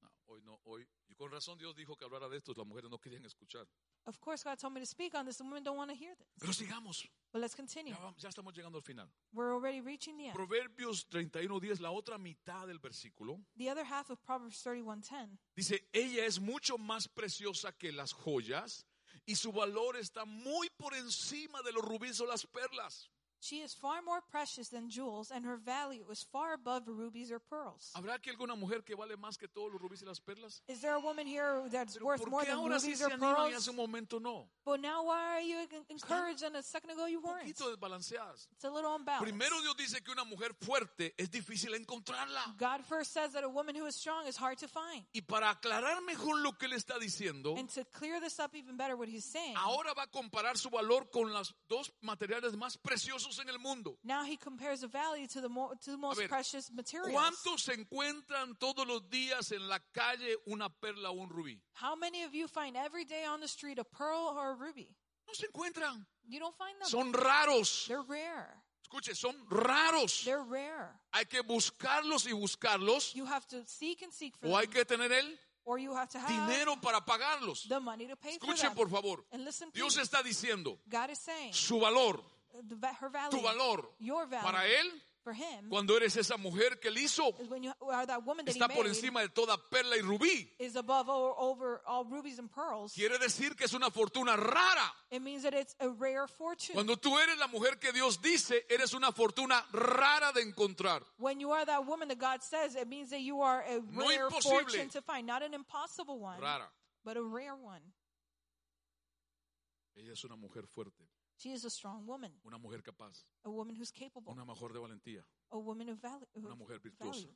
no, hoy no, hoy. Y con razón Dios dijo que hablara de esto, las mujeres no querían escuchar. Of course, God told me to speak on this. The women don't want to hear this. Pero sigamos. But let's continue. Ya, vamos- ya estamos llegando al final. We're already reaching the end. Proverbios 31:10, la otra mitad del versículo, The other half of Proverbs 31:10. dice, "Ella es mucho más preciosa que las joyas y su valor está muy por encima de los rubíes o las perlas." She is far more precious than jewels, and her value is far above rubies or pearls. ¿Habrá aquí alguna mujer que vale más que todos los rubíes y las perlas? Is there a woman here that's Pero worth ¿Por more qué than ahora sí rubies se or animan y hace pearls? un momento no? But now why are you en- encouraged and a second ago you Un weren't? poquito desbalanceadas. It's a little unbalanced. Primero Dios dice que una mujer fuerte es difícil encontrarla. God first says that a woman who is strong is hard to find. Y para aclarar mejor lo que él está diciendo, And to clear this up even better, what he's saying, ahora va a comparar su valor con los dos materiales más preciosos en el mundo. now he compares the value to the, mo- to the most ver, precious materials. ¿Cuántos se encuentran todos los días en la calle una perla o un rubí? How many of you find every day on the street a pearl or a ruby? No se encuentran. You don't find them. Son raros. They're rare. Escuche, son raros. They're rare. Hay que buscarlos y buscarlos. You have to seek and seek for O hay them, que tener el or you have to have dinero para pagarlos. the money to pay for Escuche, them. por favor. and listen, Dios please. está diciendo God is saying su valor, uh, the, va- her value, tu valor your value para Él, for him cuando eres esa mujer que Él hizo, is when you are that woman that está he por married encima de toda perla y rubí. is above or over all rubies and pearls. Quiere decir que es una fortuna rara. It means that it's a rare fortune. Cuando tú eres la mujer que Dios dice, eres una fortuna rara de encontrar. when you are that woman that God says, it means that you are a No rare imposible. fortune to find, not an impossible one, Rara. but a rare one. Ella es una mujer fuerte, She is a strong woman, una mujer capaz, a woman who's capable, una mujer de valentía. a woman of value, una mujer virtuosa. value,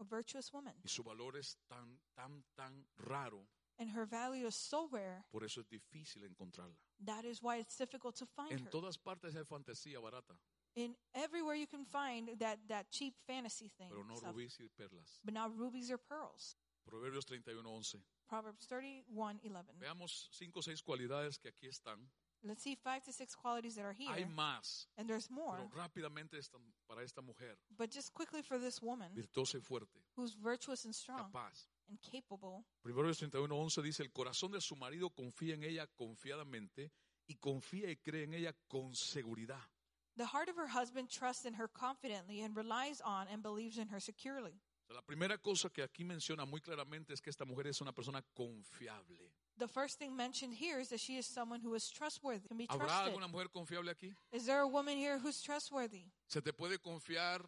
a virtuous woman. Y su valor es tan, tan, tan raro, And her value is so rare por eso es difícil encontrarla. that is why it's difficult to find En her. todas partes hay fantasía barata, In everywhere you can find that that cheap fantasy thing, pero no stuff, rubíes y perlas. but not rubies or pearls. Proverbios 31:11. Proverbs thirty-one, eleven. Veamos cinco o seis cualidades que aquí están. Let's see five to six qualities that are here, Hay más, and there's more. pero rápidamente esta- para esta mujer, But just quickly for this woman virtuosa y fuerte, who's virtuous and strong capaz. and capable. Proverbios 31.11 dice, el corazón de su marido confía en ella confiadamente y confía y cree en ella con seguridad. The heart of her husband trusts in her confidently and relies on and believes in her securely. O sea, la primera cosa que aquí menciona muy claramente es que esta mujer es una persona confiable. The first thing mentioned here is that she is someone who is trustworthy, can be ¿Habrá trusted. alguna mujer confiable aquí? Is there a woman here who's trustworthy? ¿Se te puede confiar,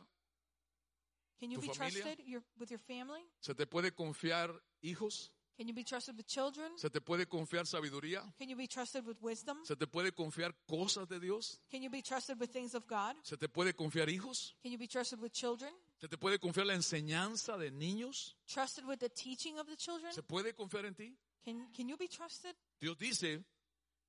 Can you Tu be familia? trusted your, with your family? se te puede confiar hijos? Can you be trusted with children? ¿Se te puede confiar sabiduría? Can you be trusted with wisdom? ¿Se te puede confiar cosas de Dios? Can you be trusted with things of God? ¿Se te puede confiar hijos? Can you be trusted with children? ¿Se te puede confiar la enseñanza de niños? Trusted with the teaching of the children? ¿Se puede confiar en ti? Can, can you be trusted? Dios dice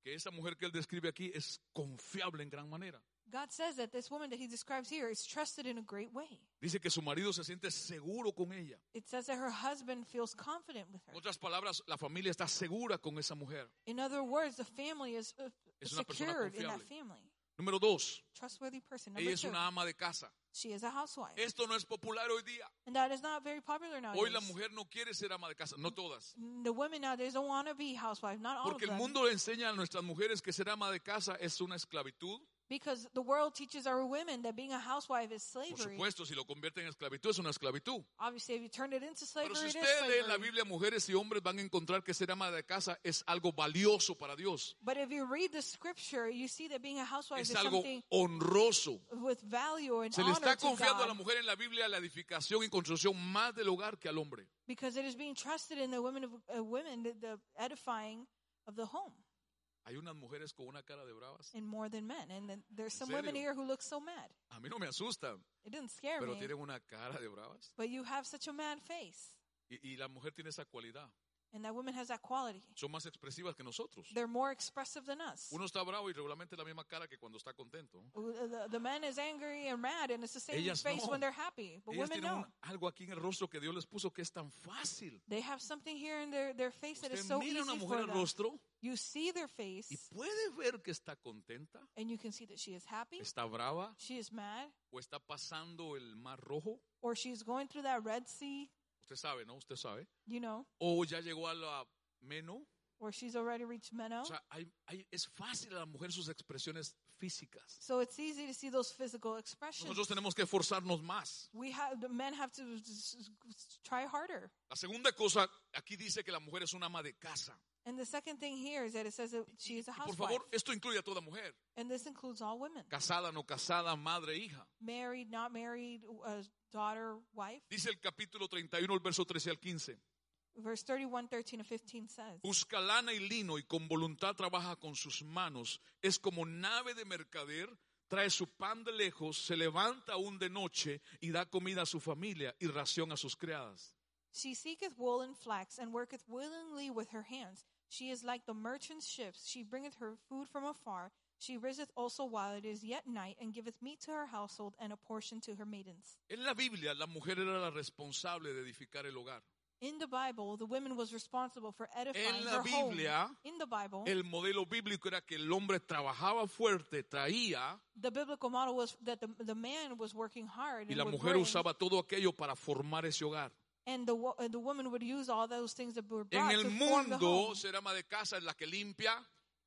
que esa mujer que él describe aquí es confiable en gran manera. God says that this woman that he describes here is trusted in a great way. Dice que su marido se siente seguro con ella. It says that her husband feels confident with En her. otras palabras, la familia está segura con esa mujer. In other words, the family is uh, Es una persona secured in that confiable. family. Número dos, Trustworthy person. ella Number es two, una ama de casa. she is a housewife. Esto no es popular hoy día. And that is not very popular nowadays. Hoy la mujer no quiere ser ama de casa, no todas. The women nowadays don't want to be housewife. Not all Porque el of them. mundo le enseña a nuestras mujeres que ser ama de casa es una esclavitud. Because the world teaches our women that being a housewife is Por slavery. supuesto, si lo convierte en esclavitud es una esclavitud. Obviously, if you turn it into slavery, Pero si it is usted lee en la slavery. Biblia, mujeres y hombres van a encontrar que ser ama de casa es algo valioso para Dios. But if you read the scripture, you see that being a housewife es is algo something honroso. with value and Se le honor está to confiando a God la mujer en la Biblia la edificación y construcción más del hogar que al hombre. because it is being trusted in the women of uh, women, the, the edifying of the home, Hay unas mujeres con una cara de bravas. and more than men. And then there's ¿En some women serio? here who look so mad. A mí no me asustan, It didn't scare pero me, tienen una cara de bravas. but you have such a mad face, Y, y la mujer tiene esa cualidad. And that woman has that quality. Son más expresivas que nosotros. They're more expressive than us. Uno está bravo y regularmente es la misma cara que cuando está contento. The, the man is angry and mad, and it's the same Ellas face no. when they're happy. But Ellas Pues women tienen know. un- algo aquí en el rostro que Dios les puso que es tan fácil. They have something here in their, their face that is Usted so mira a una easy mujer for al them. rostro You see their face, y puede ver que está contenta, and you can see that she is happy, está brava she is mad, o está pasando el mar rojo. or she's going through that Red Sea, Usted sabe, ¿no? Usted sabe. you know, O ya llegó a la meno. or she's already reached Menno. O sea, hay- hay- es fácil a la mujer sus expresiones físicas. So it's easy to see those physical expressions. Nosotros tenemos que esforzarnos más. We have the men have to s- s- s- try harder. La segunda cosa, aquí dice que la mujer es una ama de casa. And the second thing here is that it says that she is a Y por housewife, favor, esto incluye a toda mujer. and this includes all women, Casada, no casada, madre, hija. married, not married, uh, daughter, wife. Dice el capítulo 31, el verso 13 al 15. Verse 31, 13, and 15 says. Busca lana y lino y con voluntad trabaja con sus manos. Es como nave de mercader, trae su pan de lejos, se levanta aún de noche y da comida a su familia y ración a sus criadas. She seeketh wool and flax, and worketh willingly with her hands. She is like the merchant ships. She bringeth her food from afar. She riseth also while it is yet night, and giveth meat to her household, and a portion to her maidens. En la Biblia, la mujer era la responsable de edificar el hogar. In the Bible, the woman was responsible for edifying la her home. Biblia, In the Bible, El modelo bíblico era que el hombre trabajaba fuerte, traía, the biblical model was that the, the man was working hard, y and, la would mujer bring, usaba todo aquello para formar ese hogar. and the wo- uh, the woman would use all those things that were En brought el to form the mundo, home. ser ama de casa es la que limpia,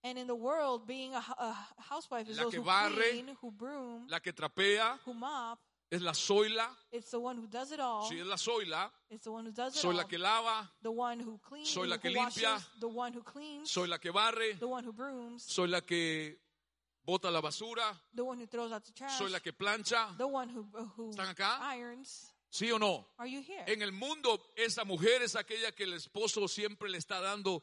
And in the world, being a, hu- a housewife is La those que who barre, clean, who broom, la que trapea, who mop. es la zoila. It's the one who does it all. Si es la zoila, It's the one who does Oh. it soy all. la que lava, the one who cleans, Soy la who que limpia. washes, the one who cleans, soy la que barre, the one who brooms, soy la que bota la basura, the one who throws out the trash, soy la que plancha. the one who uh, who ¿Están acá? irons. ¿Sí o no? Are you here? En el mundo, esa mujer es aquella que el esposo siempre le está dando,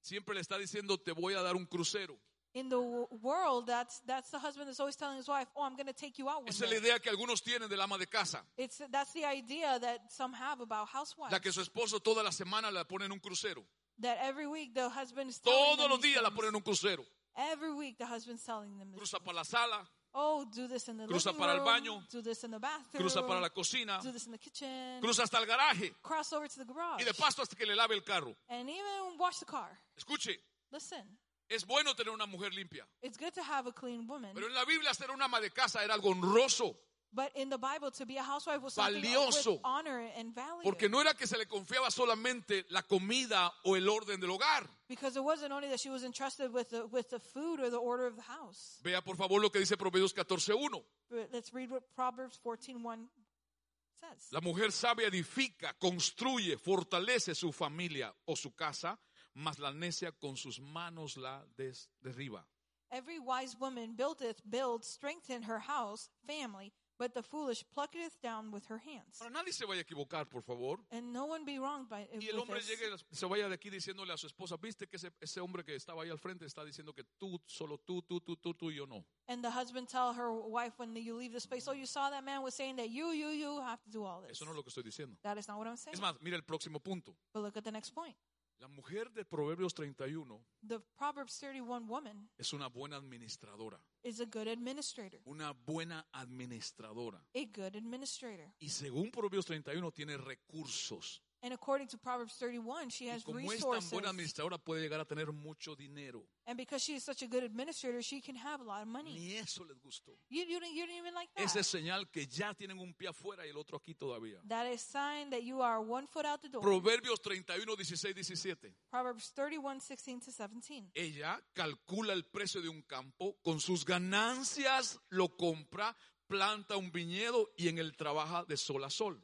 siempre le está diciendo, te voy a dar un crucero. In the w- world, that's that's the husband that's always telling his wife, "Oh, I'm going to take you out one Esa es la day." idea que algunos tienen del ama de casa. It's that's the idea that some have about housewives. La que su esposo toda la semana la pone en un crucero. that every week the husband is telling Todos them los these días la things. pone en un crucero. Every week the husband's telling them, this. Cruza para la sala, "Oh, do this in the Cruza living para el room, baño. do this in the bathroom, cruza para la cocina, do this in the kitchen, cruza hasta el garaje cross over to the garage y de paso hasta que le lave el carro. and even wash the car. Escuche, Listen, es bueno tener una mujer limpia, it's good to have a clean woman, pero en la Biblia ser una ama de casa era algo honroso, but in the Bible, to be a housewife was something Valioso. with honor and value. porque no era que se le confiaba solamente la comida o el orden del hogar. because it wasn't only that she was entrusted with the, with the food or the order of the house. Vea por favor lo que dice Proverbios 14.1. But let's read what Proverbs 14.1 says. La mujer sabia edifica, construye, fortalece su familia o su casa, mas la necia con sus manos la des- derriba. Every wise woman buildeth, builds, strengthen her house, family, but the foolish plucketh down with her hands. Ahora nadie se vaya a equivocar, por favor. And no one be wronged by Y el with hombre this. llegue, y se vaya de aquí diciéndole a su esposa, viste que ese, ese hombre que estaba ahí al frente está diciendo que tú, solo tú, tú, tú, tú, tú y yo no. And the husband tell her wife when you leave this place, oh, you saw that man was saying that you, you, you have to do all this. Eso no es lo que estoy diciendo. That is not what I'm saying. Es más, mira el próximo punto. But look at the next point. La mujer de Proverbios 31 The Proverbs 31 woman es una buena administradora, is a good administrator. una buena administradora. A good administrator. Y según Proverbios 31 tiene recursos. And according to Proverbs 31, she Y has como es tan resources. buena administradora puede llegar a tener mucho dinero. And because she is such a good administrator, she can have a lot of money. Ni eso les gustó. You, you, didn't, you didn't even like that. Esa es señal que ya tienen un pie afuera y el otro aquí todavía. That is sign that you are one foot out the door. Proverbios 31, 16, 17. Proverbs 31, 16 to 17. Ella calcula el precio de un campo, con sus ganancias lo compra, planta un viñedo y en él trabaja de sol a sol.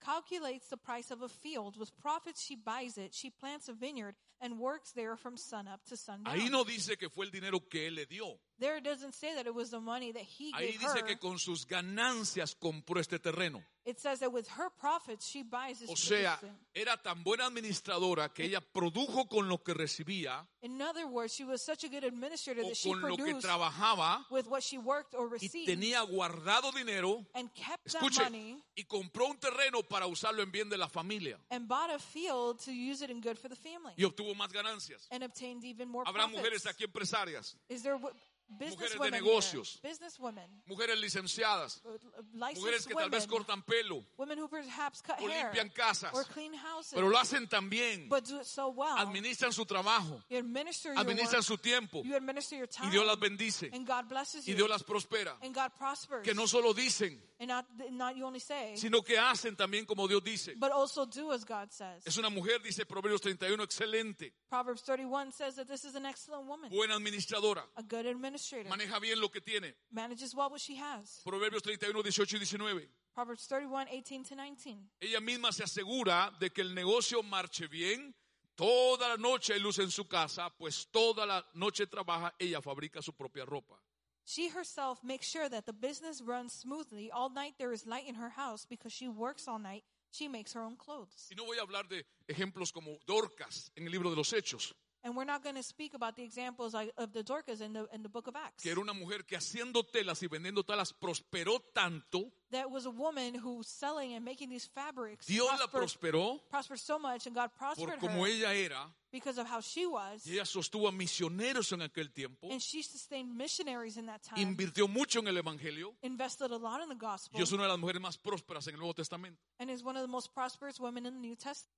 Calculates the price of a field. With profits she buys it. She plants a vineyard and works there from sunup to sundown. Ahí no dice que fue el dinero que él le dio. There it doesn't say that it was the money that he Ahí gave her. dice que con sus ganancias compró este terreno. It says that with her profits, she buys is O sea, producing. era tan buena administradora que ella produjo con lo que recibía In other words, she was such a good administrator o that she con lo que produced trabajaba with what she worked or y received tenía guardado dinero, and kept that money escuche, y compró un terreno para usarlo en bien de la familia and bought a field to use it and good for the family y obtuvo más ganancias. and obtained even more Habrá profits. mujeres aquí empresarias, Is there w- business Mujeres de women negocios. here? Business women, mujeres licenciadas, uh, l- mujeres licensed que tal women, vez cortan pelo women who perhaps cut o hair limpian casas, or clean houses, pero lo hacen también, but do it so well. administran su trabajo, Pues, you administer your administran work, su tiempo you administer your y time, Dios las bendice and God blesses y you, Dios las prospera. and God prospers. Que no solo dicen, and not, not you only say, sino que hacen también como Dios dice. but also do as God says. Es una mujer, dice Proverbios 31, excelente, Proverbs 31 says that this is an excellent woman, buena administradora, a good administrator, maneja bien lo que tiene. manages well what she has. Proverbios 31, 18 y 19. Proverbs 31, 18 to 19. Ella misma se asegura de que el negocio marche bien. Toda la noche hay luz en su casa, pues toda la noche trabaja, ella fabrica su propia ropa. She herself makes sure that the business runs smoothly. All night there is light in her house because she works all night. She makes her own clothes. Y no voy a hablar de ejemplos como Dorcas en el libro de los Hechos, And we're not going to speak about the examples like, of the Dorcas in the, in the book of Acts. que era una mujer que haciendo telas y vendiendo telas prosperó tanto, That was a woman who selling and making these fabrics Dios la prospered, prosperó prospered so much and God por prospered como her ella era, because of how she was. y ella sostuvo a misioneros en aquel tiempo, And she sustained missionaries in that time, invirtió mucho en el Evangelio, invested a lot in the gospel, y es una de las mujeres más prósperas en el Nuevo Testamento. and is one of the most prosperous women in the New Testament.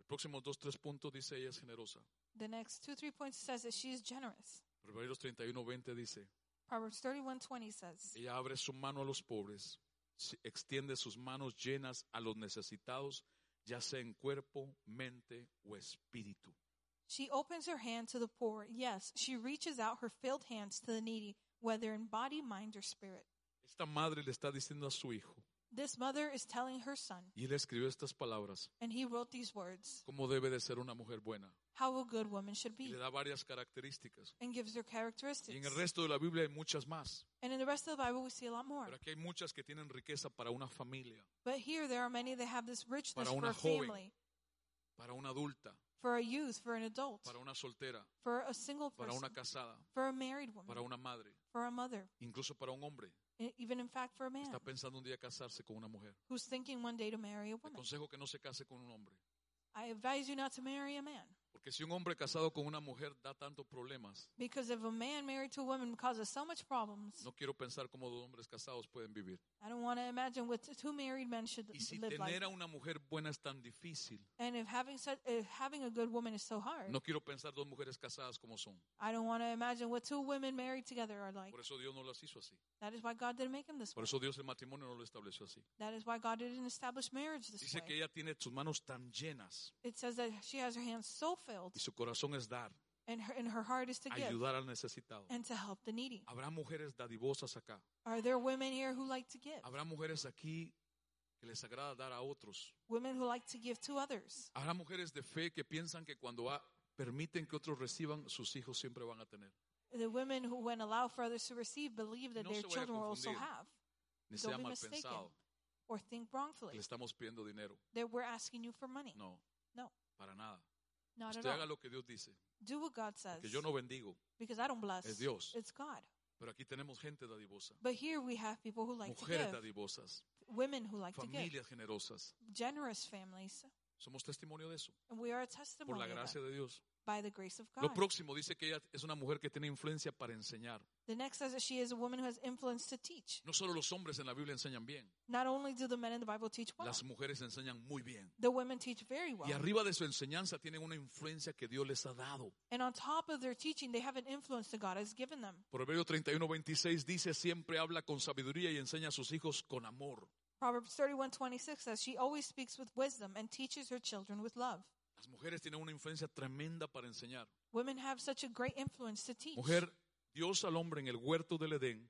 Los próximos dos, tres puntos dice ella es generosa. The next two, three points says that she is generous. Proverbios 31, 20 dice, Proverbs 31:20 says, ella abre su mano a los pobres, si- extiende sus manos llenas a los necesitados, ya sea en cuerpo, mente o espíritu. She opens her hand to the poor. Yes, she reaches out her filled hands to the needy, whether in body, mind, or spirit. Esta madre le está diciendo a su hijo, This mother is telling her son, y él escribió estas palabras, and he wrote these words, cómo debe de ser una mujer buena. how a good woman should Y be, le da varias características. and gives her Y characteristics. en el resto de la Biblia hay muchas más, And in the rest of the Bible, we see a lot more. pero aquí hay muchas que tienen riqueza para una familia, But here, there are many that have this richness Para for una a joven. family, para una adulta, for a youth, for an adult, para una soltera, for a single para person, una casada, for a married woman, para una madre, for a mother, incluso para un hombre. e- even in fact for a man Está pensando un día casarse con una mujer. who's thinking one day to marry a Le woman. aconsejo que no se case con un hombre. I advise you not to marry a man. Porque si un hombre casado con una mujer da tantos problemas, Because if a man married to a woman causes so much problems, no quiero pensar cómo dos hombres casados pueden vivir. I don't want to imagine what t- two married men should Y si live like. tener a una mujer buena es tan difícil, And if having such, if having a good woman is so hard, no quiero pensar dos mujeres casadas como son. I don't want to imagine what two women married together are like. Por eso Dios no las hizo así. That is why God didn't make him this way. Por eso Dios el matrimonio no lo estableció así. That is why God didn't establish marriage this Dice que way. ella tiene sus manos tan llenas It says that she has her hands so filled, y su corazón es dar, and her and her heart is to give ayudar al necesitado. and to help the needy. Habrá mujeres dadivosas acá. Are there women here who like to give? Habrá mujeres aquí que les agrada dar a otros. Women who like to give to others. Habrá mujeres de fe que piensan que cuando ah, permiten que otros reciban, sus hijos siempre van a tener. The women who, when allow for others to receive, believe that No their se vaya a children will also confundir. have. Ni Don't sea be mal mistaken. Pues pensado Or think que wrongfully le estamos pidiendo dinero. that we're asking you for money. No, No, para nada. not at Usted haga all. lo que Dios dice. Do what God says. Que yo no bendigo. Because I don't bless. Es Dios. It's God. Pero aquí tenemos gente dadivosa. But here we have people who like Mujeres to give, dadivosas. women who like to give, Familias generosas. generous families, Somos testimonio de eso. and we are a Por testimony la of gracia that, de Dios. by the grace of God. Lo próximo dice que ella es una mujer que tiene influencia para enseñar. the next says that she is a woman who has influence to teach. No solo los hombres en la Biblia enseñan bien. Not only do the men in the Bible teach well, Las mujeres enseñan muy bien. the women teach very well. Y arriba de su enseñanza tienen una influencia que Dios les ha dado. and on top of their teaching, they have an influence that God has given them. Proverbio 31, 26 dice, siempre habla con sabiduría y enseña a sus hijos con amor. Proverbs 31:26 says, "She always speaks with wisdom and teaches her children with love." Las mujeres tienen una influencia tremenda para enseñar. Women have such a great influence to teach. Mujer, Dios al hombre en el huerto del Edén,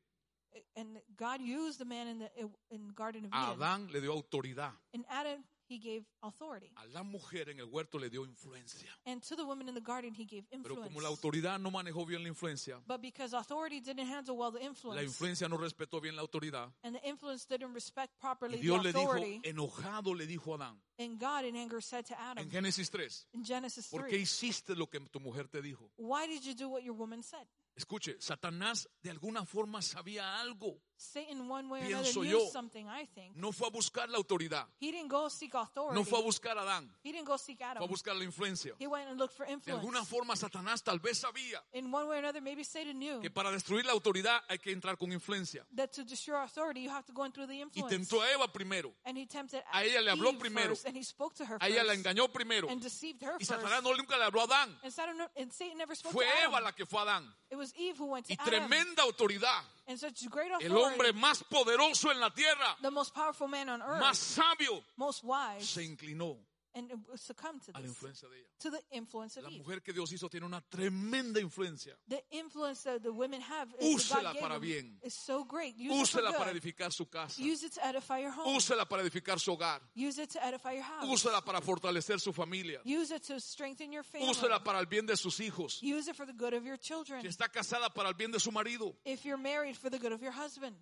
and God used the man in the in the Garden of a Eden. Adán le dio autoridad, And Adam, he he gave authority. A la mujer en el huerto le dio influencia. And to the woman in the garden, he gave Pero influence. como la autoridad no manejó bien la influencia, But because authority didn't handle well the la influence, influencia no respetó bien la autoridad. and the influence didn't respect Y properly the Dios le dijo, authority, enojado le dijo a Adán, and God in anger said to Adam en Génesis 3, in Genesis ¿por qué 3, hiciste lo que tu mujer te dijo? Why did you do what your woman said? Escuche, Satanás de alguna forma sabía algo. Satan, one way or another, Pienso knew yo. something, I think. No fue a buscar la autoridad, He didn't go seek authority. no fue a buscar a Adán, he didn't go seek fue Adam. a buscar la influencia. He went and looked for De influence. alguna forma Satanás tal vez sabía in one way or another, maybe Satan knew que para destruir la autoridad hay que entrar con influencia. that to destroy authority, you have to go in through the Y influence. tentó a Eva primero, and he tempted A ella le habló Eve primero. first, and he spoke to her a ella la first, engañó primero. and deceived her Y first. Satanás no nunca le habló a Adán. and, Satan, and Satan never spoke Fue to Adam. Eva la que fue a Adán. It was Eve who went to Y Adam. tremenda autoridad. And such great authority, El hombre más poderoso en la tierra, the most powerful man on earth, más sabio, most wise, se inclinó and uh, succumbed to a la this, influencia de ella. to the influence of La Eve. mujer que Dios hizo tiene una tremenda influencia. The influence that the women have is, that Úsela God gave para them bien. is so great. Use it, for Úsela para good. edificar su casa. Use it to edify your home. Úsela para edificar su hogar. Use it to edify your house. Úsela para fortalecer su familia. Use it to strengthen your family. Úsela para el bien de sus hijos. Use it for the good of your children. Si está casada para el bien de su marido, If you're married, for the good of your husband.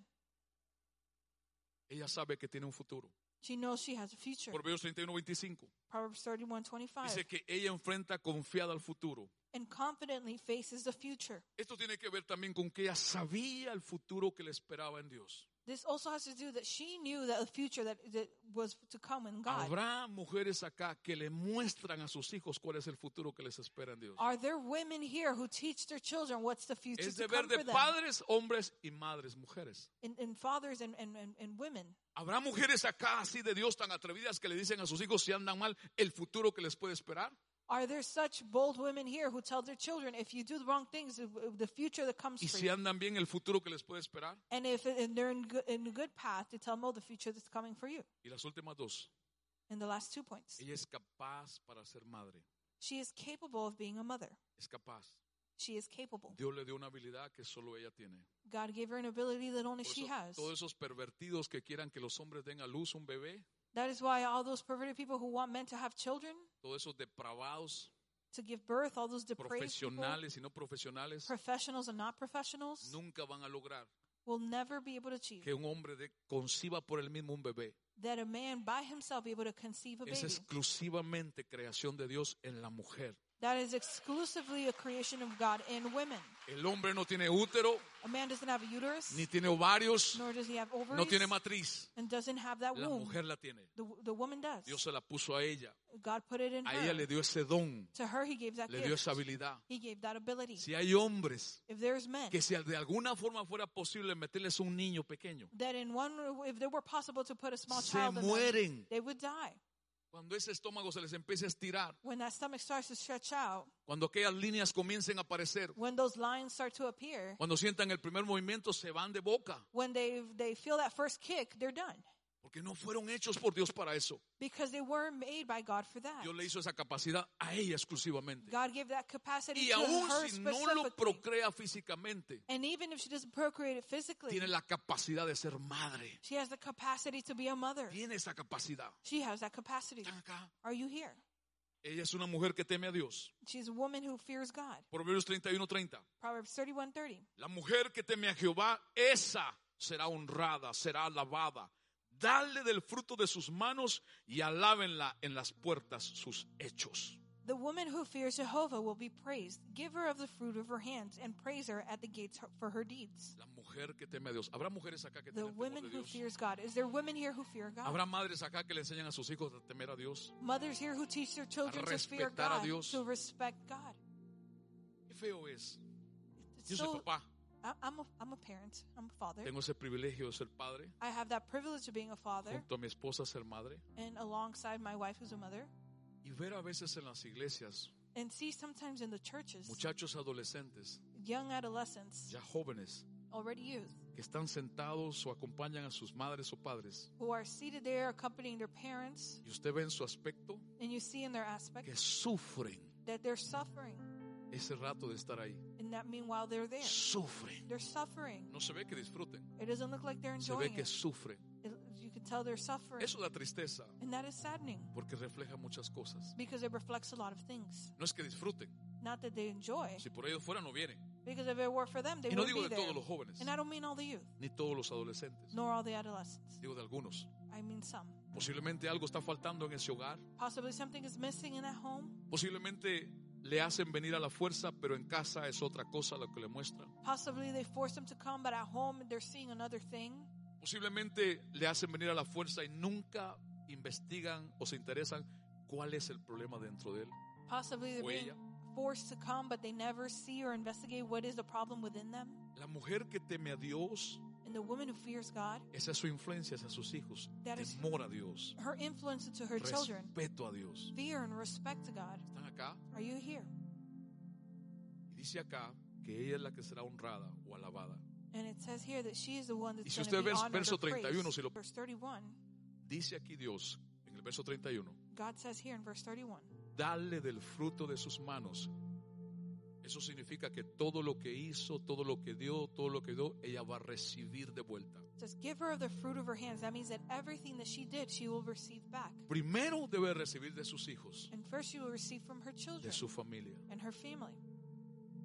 ella sabe que tiene un futuro. She knows she has a future. Proverbios 31, 25. Proverbs 31, 25. Dice que ella enfrenta confiada al futuro. And confidently faces the future. Esto tiene que ver también con que ella sabía el futuro que le esperaba en Dios. This also has to do that she knew that the future that, that was to come in God. Habrá mujeres acá que le muestran a sus hijos cuál es el futuro que les espera en Dios. Are there women here who teach their children what's the future Es to deber come de for them? padres, hombres y madres, mujeres. And, and fathers and, and, and, and women. ¿Habrá mujeres acá así de Dios tan atrevidas que le dicen a sus hijos si andan mal el futuro que les puede esperar? Are there such bold women here who tell their children, if you do the wrong things, the- the future that comes Y for si you? andan bien el futuro que les puede esperar. And if and they're in, good, in a good path, they tell them, oh, the future that's coming for you. Y las últimas dos. And the last two points. Ella es capaz para ser madre. She is capable of being a mother. Es capaz. She is capable. Dios le dio una habilidad que solo ella tiene. God gave her an ability that only Por she eso, has. todos esos pervertidos que quieran que los hombres den a luz un bebé, That is why all those perverted people who want men to have children, todos esos depravados, to give birth, all those depraved people, profesionales y no profesionales, professionals and not professionals, nunca van a lograr will never be able to achieve que un hombre de- conciba por él mismo un bebé. that a man by himself be able to conceive a Es baby. exclusivamente creación de Dios en la mujer. That is exclusively a creation of God in women. El hombre no tiene útero, A man doesn't have a uterus, ni tiene ovarios, nor does he have ovaries, no tiene matriz. and doesn't have that La womb. mujer la tiene. The, the woman does. Dios se la puso a ella. God put it in A her. ella le dio ese don, to her, he gave that le gift. dio esa habilidad. He gave that ability. Si hay hombres if there's men, que si de alguna forma fuera posible meterles un niño pequeño, that in one, if they were possible to put a small se child in them, mueren. they would die. Cuando ese estómago se les empiece a estirar, When that stomach starts to stretch out, cuando aquellas líneas comiencen a aparecer, when those lines start to appear, cuando sientan el primer movimiento, se van de boca, when they, they feel that first kick, they're done. porque no fueron hechos por Dios para eso. Because they were made by God for that. Dios le hizo esa capacidad a ella exclusivamente. God gave that capacity Y to aún her si no lo specifically. procrea físicamente, And even if she doesn't procreate it physically, tiene la capacidad de ser madre. she has the capacity to be a mother. Tiene esa capacidad. She has that capacity. Están acá. Are you here? Ella es una mujer que teme a Dios. She's a woman who fears God. Proverbios 31:30. Proverbs 31:30. La mujer que teme a Jehová, esa será honrada, será alabada. Dale del fruto de sus manos y alábenla en las puertas sus hechos. The woman who fears Jehovah will be praised. Give her of the fruit of her hands and praise her at the gates for her deeds. La mujer que teme a Dios. Habrá mujeres acá que The temen temor woman de who Dios. fears God. Is there women here who fear God? Habrá madres acá que le enseñan a sus hijos a temer a Dios. Mothers here who teach their children to fear respetar a God, Dios. to respect God. Qué feo es. It's Yo soy so, ¿eh? papá. I- I'm, a, I'm a parent. I'm a father. Tengo ese privilegio de ser padre. I have that privilege of being a father Junto a mi esposa ser madre. and alongside my wife who's a mother Y ver a veces en las iglesias and see sometimes in the churches muchachos adolescentes, young adolescents, ya jóvenes, already youth, que están sentados o acompañan a sus madres o padres. who are seated there accompanying their parents Y usted ve en su aspecto and you see in their aspect que sufren that they're suffering ese rato de estar ahí. and that meanwhile they're there. Sufren. They're suffering. No se ve que disfruten. It doesn't look like they're Se ve enjoying que it. sufren. It- You can tell their suffering. Eso da tristeza And that is saddening porque refleja muchas cosas. because it reflects a lot of things. No es que disfruten, Not that they enjoy, si por ellos fuera no vienen. because if it were for them, they Y no would digo be de there. todos los jóvenes, And I don't mean all the youth, ni todos los adolescentes, nor all the adolescents. digo de algunos. I mean some. Posiblemente algo está faltando en ese hogar, Possibly something is missing in that home. posiblemente le hacen venir a la fuerza, pero en casa es otra cosa lo que le muestran. Possibly they force them to come, but at home they're seeing another thing. Posiblemente le hacen venir a la fuerza y nunca investigan o se interesan cuál es el problema dentro de él. Possibly they're O being ella. forced to come, but they never see or investigate what is the problem within them. La mujer que teme a Dios, And the woman who fears God, esa es su influencia hacia sus hijos. That is- Temor a Dios, her influence to her children, respeto a Dios. fear and respect to God. Están acá Are you here? y dice acá que ella es la que será honrada o alabada. And it says here that she is the one that's Y si usted going to be ve el honored verso or praised. 31, si lo- Verse 31, Dice aquí Dios, en el verso 31, God says here in verse 31, dale del fruto de sus manos. Eso significa que todo lo que hizo, todo lo que dio, todo lo que dio, ella va a recibir de vuelta. it says, give her of the fruit of her hands. That means that everything that she did, she will receive back. Primero debe recibir de sus hijos, And first she will receive from her children de su familia, and her family,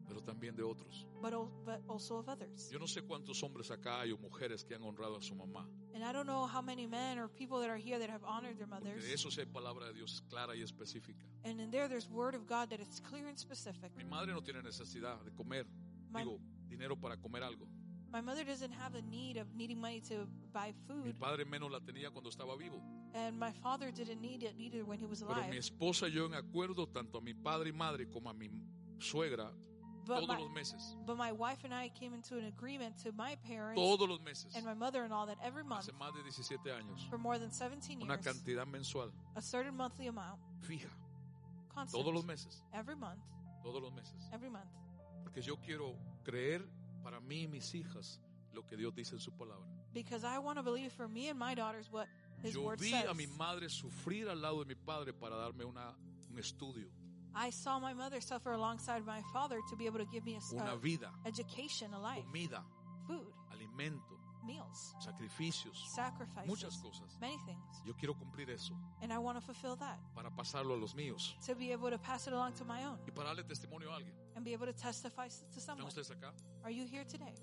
pero también de otros. but, al- but also of others. Yo no sé cuántos hombres acá hay o mujeres que han honrado a su mamá. And I don't know how many men or people that are here that have honored their Porque de mothers. eso sí hay palabra de Dios clara y específica. And in there, there's word of God that it's clear and specific. Mi madre no tiene necesidad de comer, My, digo, dinero para comer algo. my mother doesn't have the need of needing money to buy Mi food, padre menos la tenía cuando estaba vivo. and my father didn't need it either when he was Pero mi alive. esposa y yo en acuerdo, tanto a mi padre y madre como a mi suegra, But todos my, los meses, but my wife and I came into an agreement to my parents todos los meses, and my mother-in-law that every month, hace más de 17 años, for more than 17 una years, cantidad mensual a certain monthly amount, fija, constant, todos los meses, every month, todos los meses. every month. Porque yo quiero creer para mí y mis hijas lo que Dios dice en su palabra. Because I want to believe for me and my daughters what His Yo Word vi says. a mi madre sufrir al lado de mi padre para darme una, un estudio, I saw my mother suffer alongside my father to be able to give me a s- una uh, vida, education, a life, comida, food, alimento, meals, sacrificios, sacrifices, muchas cosas. many things. Yo quiero cumplir eso And I want to fulfill that para pasarlo a los míos to be able to pass it along to my own y para darle testimonio a alguien. and be able to testify s- to ¿Están someone. ustedes acá? Are you here today?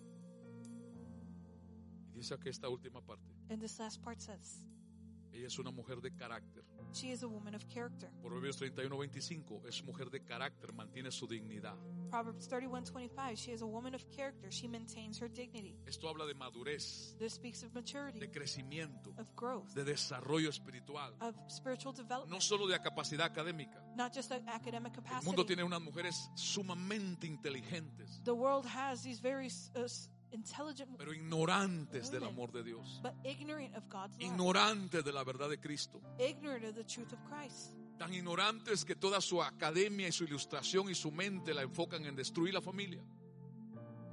Y dice aquí esta última parte. And this last part says, Ella es una mujer de carácter. She is a woman of character. Proverbios 31, 25. Es mujer de carácter, mantiene su dignidad. Proverbs 31:25, she is a woman of character. She maintains her dignity. Esto habla de madurez, This speaks of maturity, de crecimiento, of growth, de desarrollo espiritual. of spiritual No development, solo de capacidad académica. not just of academic El mundo capacity. tiene unas mujeres sumamente inteligentes, The world has these very s- uh, s- intelligent pero ignorantes del amor de Dios. but ignorant of God's love, Ignorantes de la verdad de Cristo. ignorant of the truth of Christ. Tan ignorantes que toda su academia y su ilustración y su mente la enfocan en destruir la familia.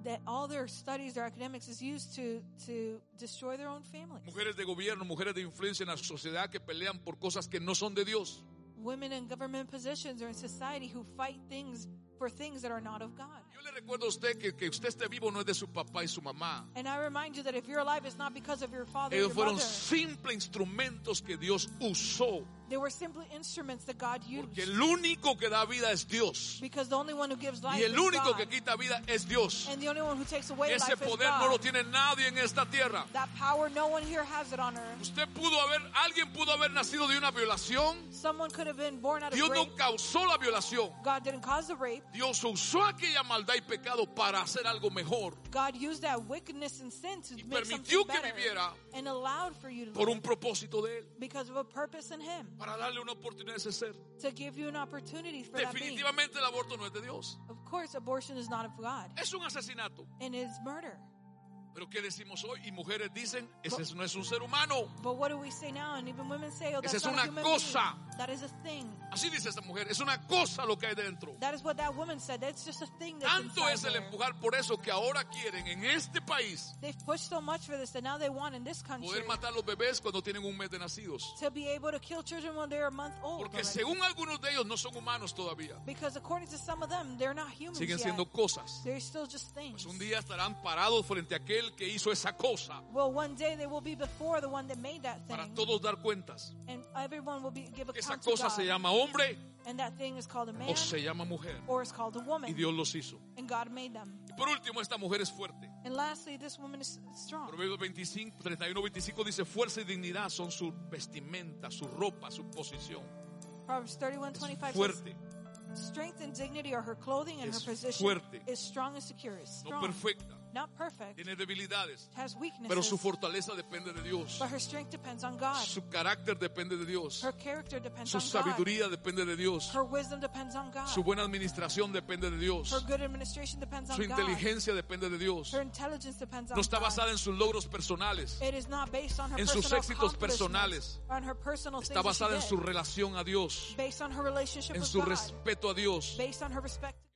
That all their studies, their academics is used to to destroy their own families. Mujeres de gobierno, mujeres de influencia en la sociedad que pelean por cosas que no son de Dios. Women in government positions or in society who fight things for things that are not of God. Yo le recuerdo a usted que que usted esté vivo no es de su papá y su mamá. And I remind you that if you're alive, it's not because of your father or Ellos your fueron mother. simples instrumentos que Dios usó. They were simply instruments that God Porque used. el único que da vida es Dios. Because the only one who gives life Y el is único God. que quita vida es Dios. And the only one who takes away Ese life is poder no lo God. tiene nadie en esta tierra. That power, no one here has it on earth. Usted pudo haber, alguien pudo haber nacido de una violación. Someone could have been born out of Dios rape. no causó la violación. God didn't cause the rape. Dios usó aquella maldad y pecado para hacer algo mejor. God used that wickedness and sin to Y make permitió something que better viviera and allowed for you to Por live un propósito de Él. because of a purpose in Him Para darle una oportunidad a ese ser. to give you an opportunity for that being. Definitivamente el aborto no es de Dios. Of course, abortion is not of God Es un asesinato. and is murder. Pero ¿qué decimos hoy? Y mujeres dicen, ese no es un ser humano. But what do we say now? And even women say, "Oh, Esa that's es not una a human cosa. being. That is a thing." Así dice esta mujer. Es una cosa lo que hay dentro. That is what that woman said. That's just a thing that's Tanto inside es el there. empujar por eso que ahora quieren en este país They've pushed so much for this that now they want in this country poder matar los bebés cuando tienen un mes de nacidos. to be able to kill children when they're a month old. Porque already. según algunos de ellos no son humanos todavía. Because according to some of them, they're not humans Siguen yet. siendo cosas. They're still just things. Pues un día estarán parados frente a aquel aquel que hizo esa cosa Well, one day they will be before the one that made that thing, para todos dar cuentas. and everyone will be give Que esa account to cosa God. se llama hombre and that thing is called a man, o se llama mujer. or it's called a Y woman, Dios los hizo. and God made them. Y por último, esta mujer es fuerte. And lastly, this woman is strong. Proverbios 25, 31, 25 dice, fuerza y dignidad son su vestimenta, su ropa, su posición. Proverbs thirty-one Es twenty-five says, fuerte, "Strength and dignity are her clothing, and Es her position fuerte. is strong and secure. It's no strong, perfecta, not perfect, tiene debilidades, has weaknesses, pero su fortaleza depende de Dios. but her strength depends on God. Su carácter depende de Dios. Her character depends Su on God. sabiduría depende de Dios. Her wisdom depends on God. Su buena administración depende de Her Dios. good administration depends on Su God. inteligencia depende de Dios. Her intelligence depends on No está God. basada en sus logros personales. It is not based on her en sus personal éxitos accomplishments, personales. On her personal Está things that she basada en did. su relación a Dios, based on her relationship en with su God. respeto a Dios, Based on her respect to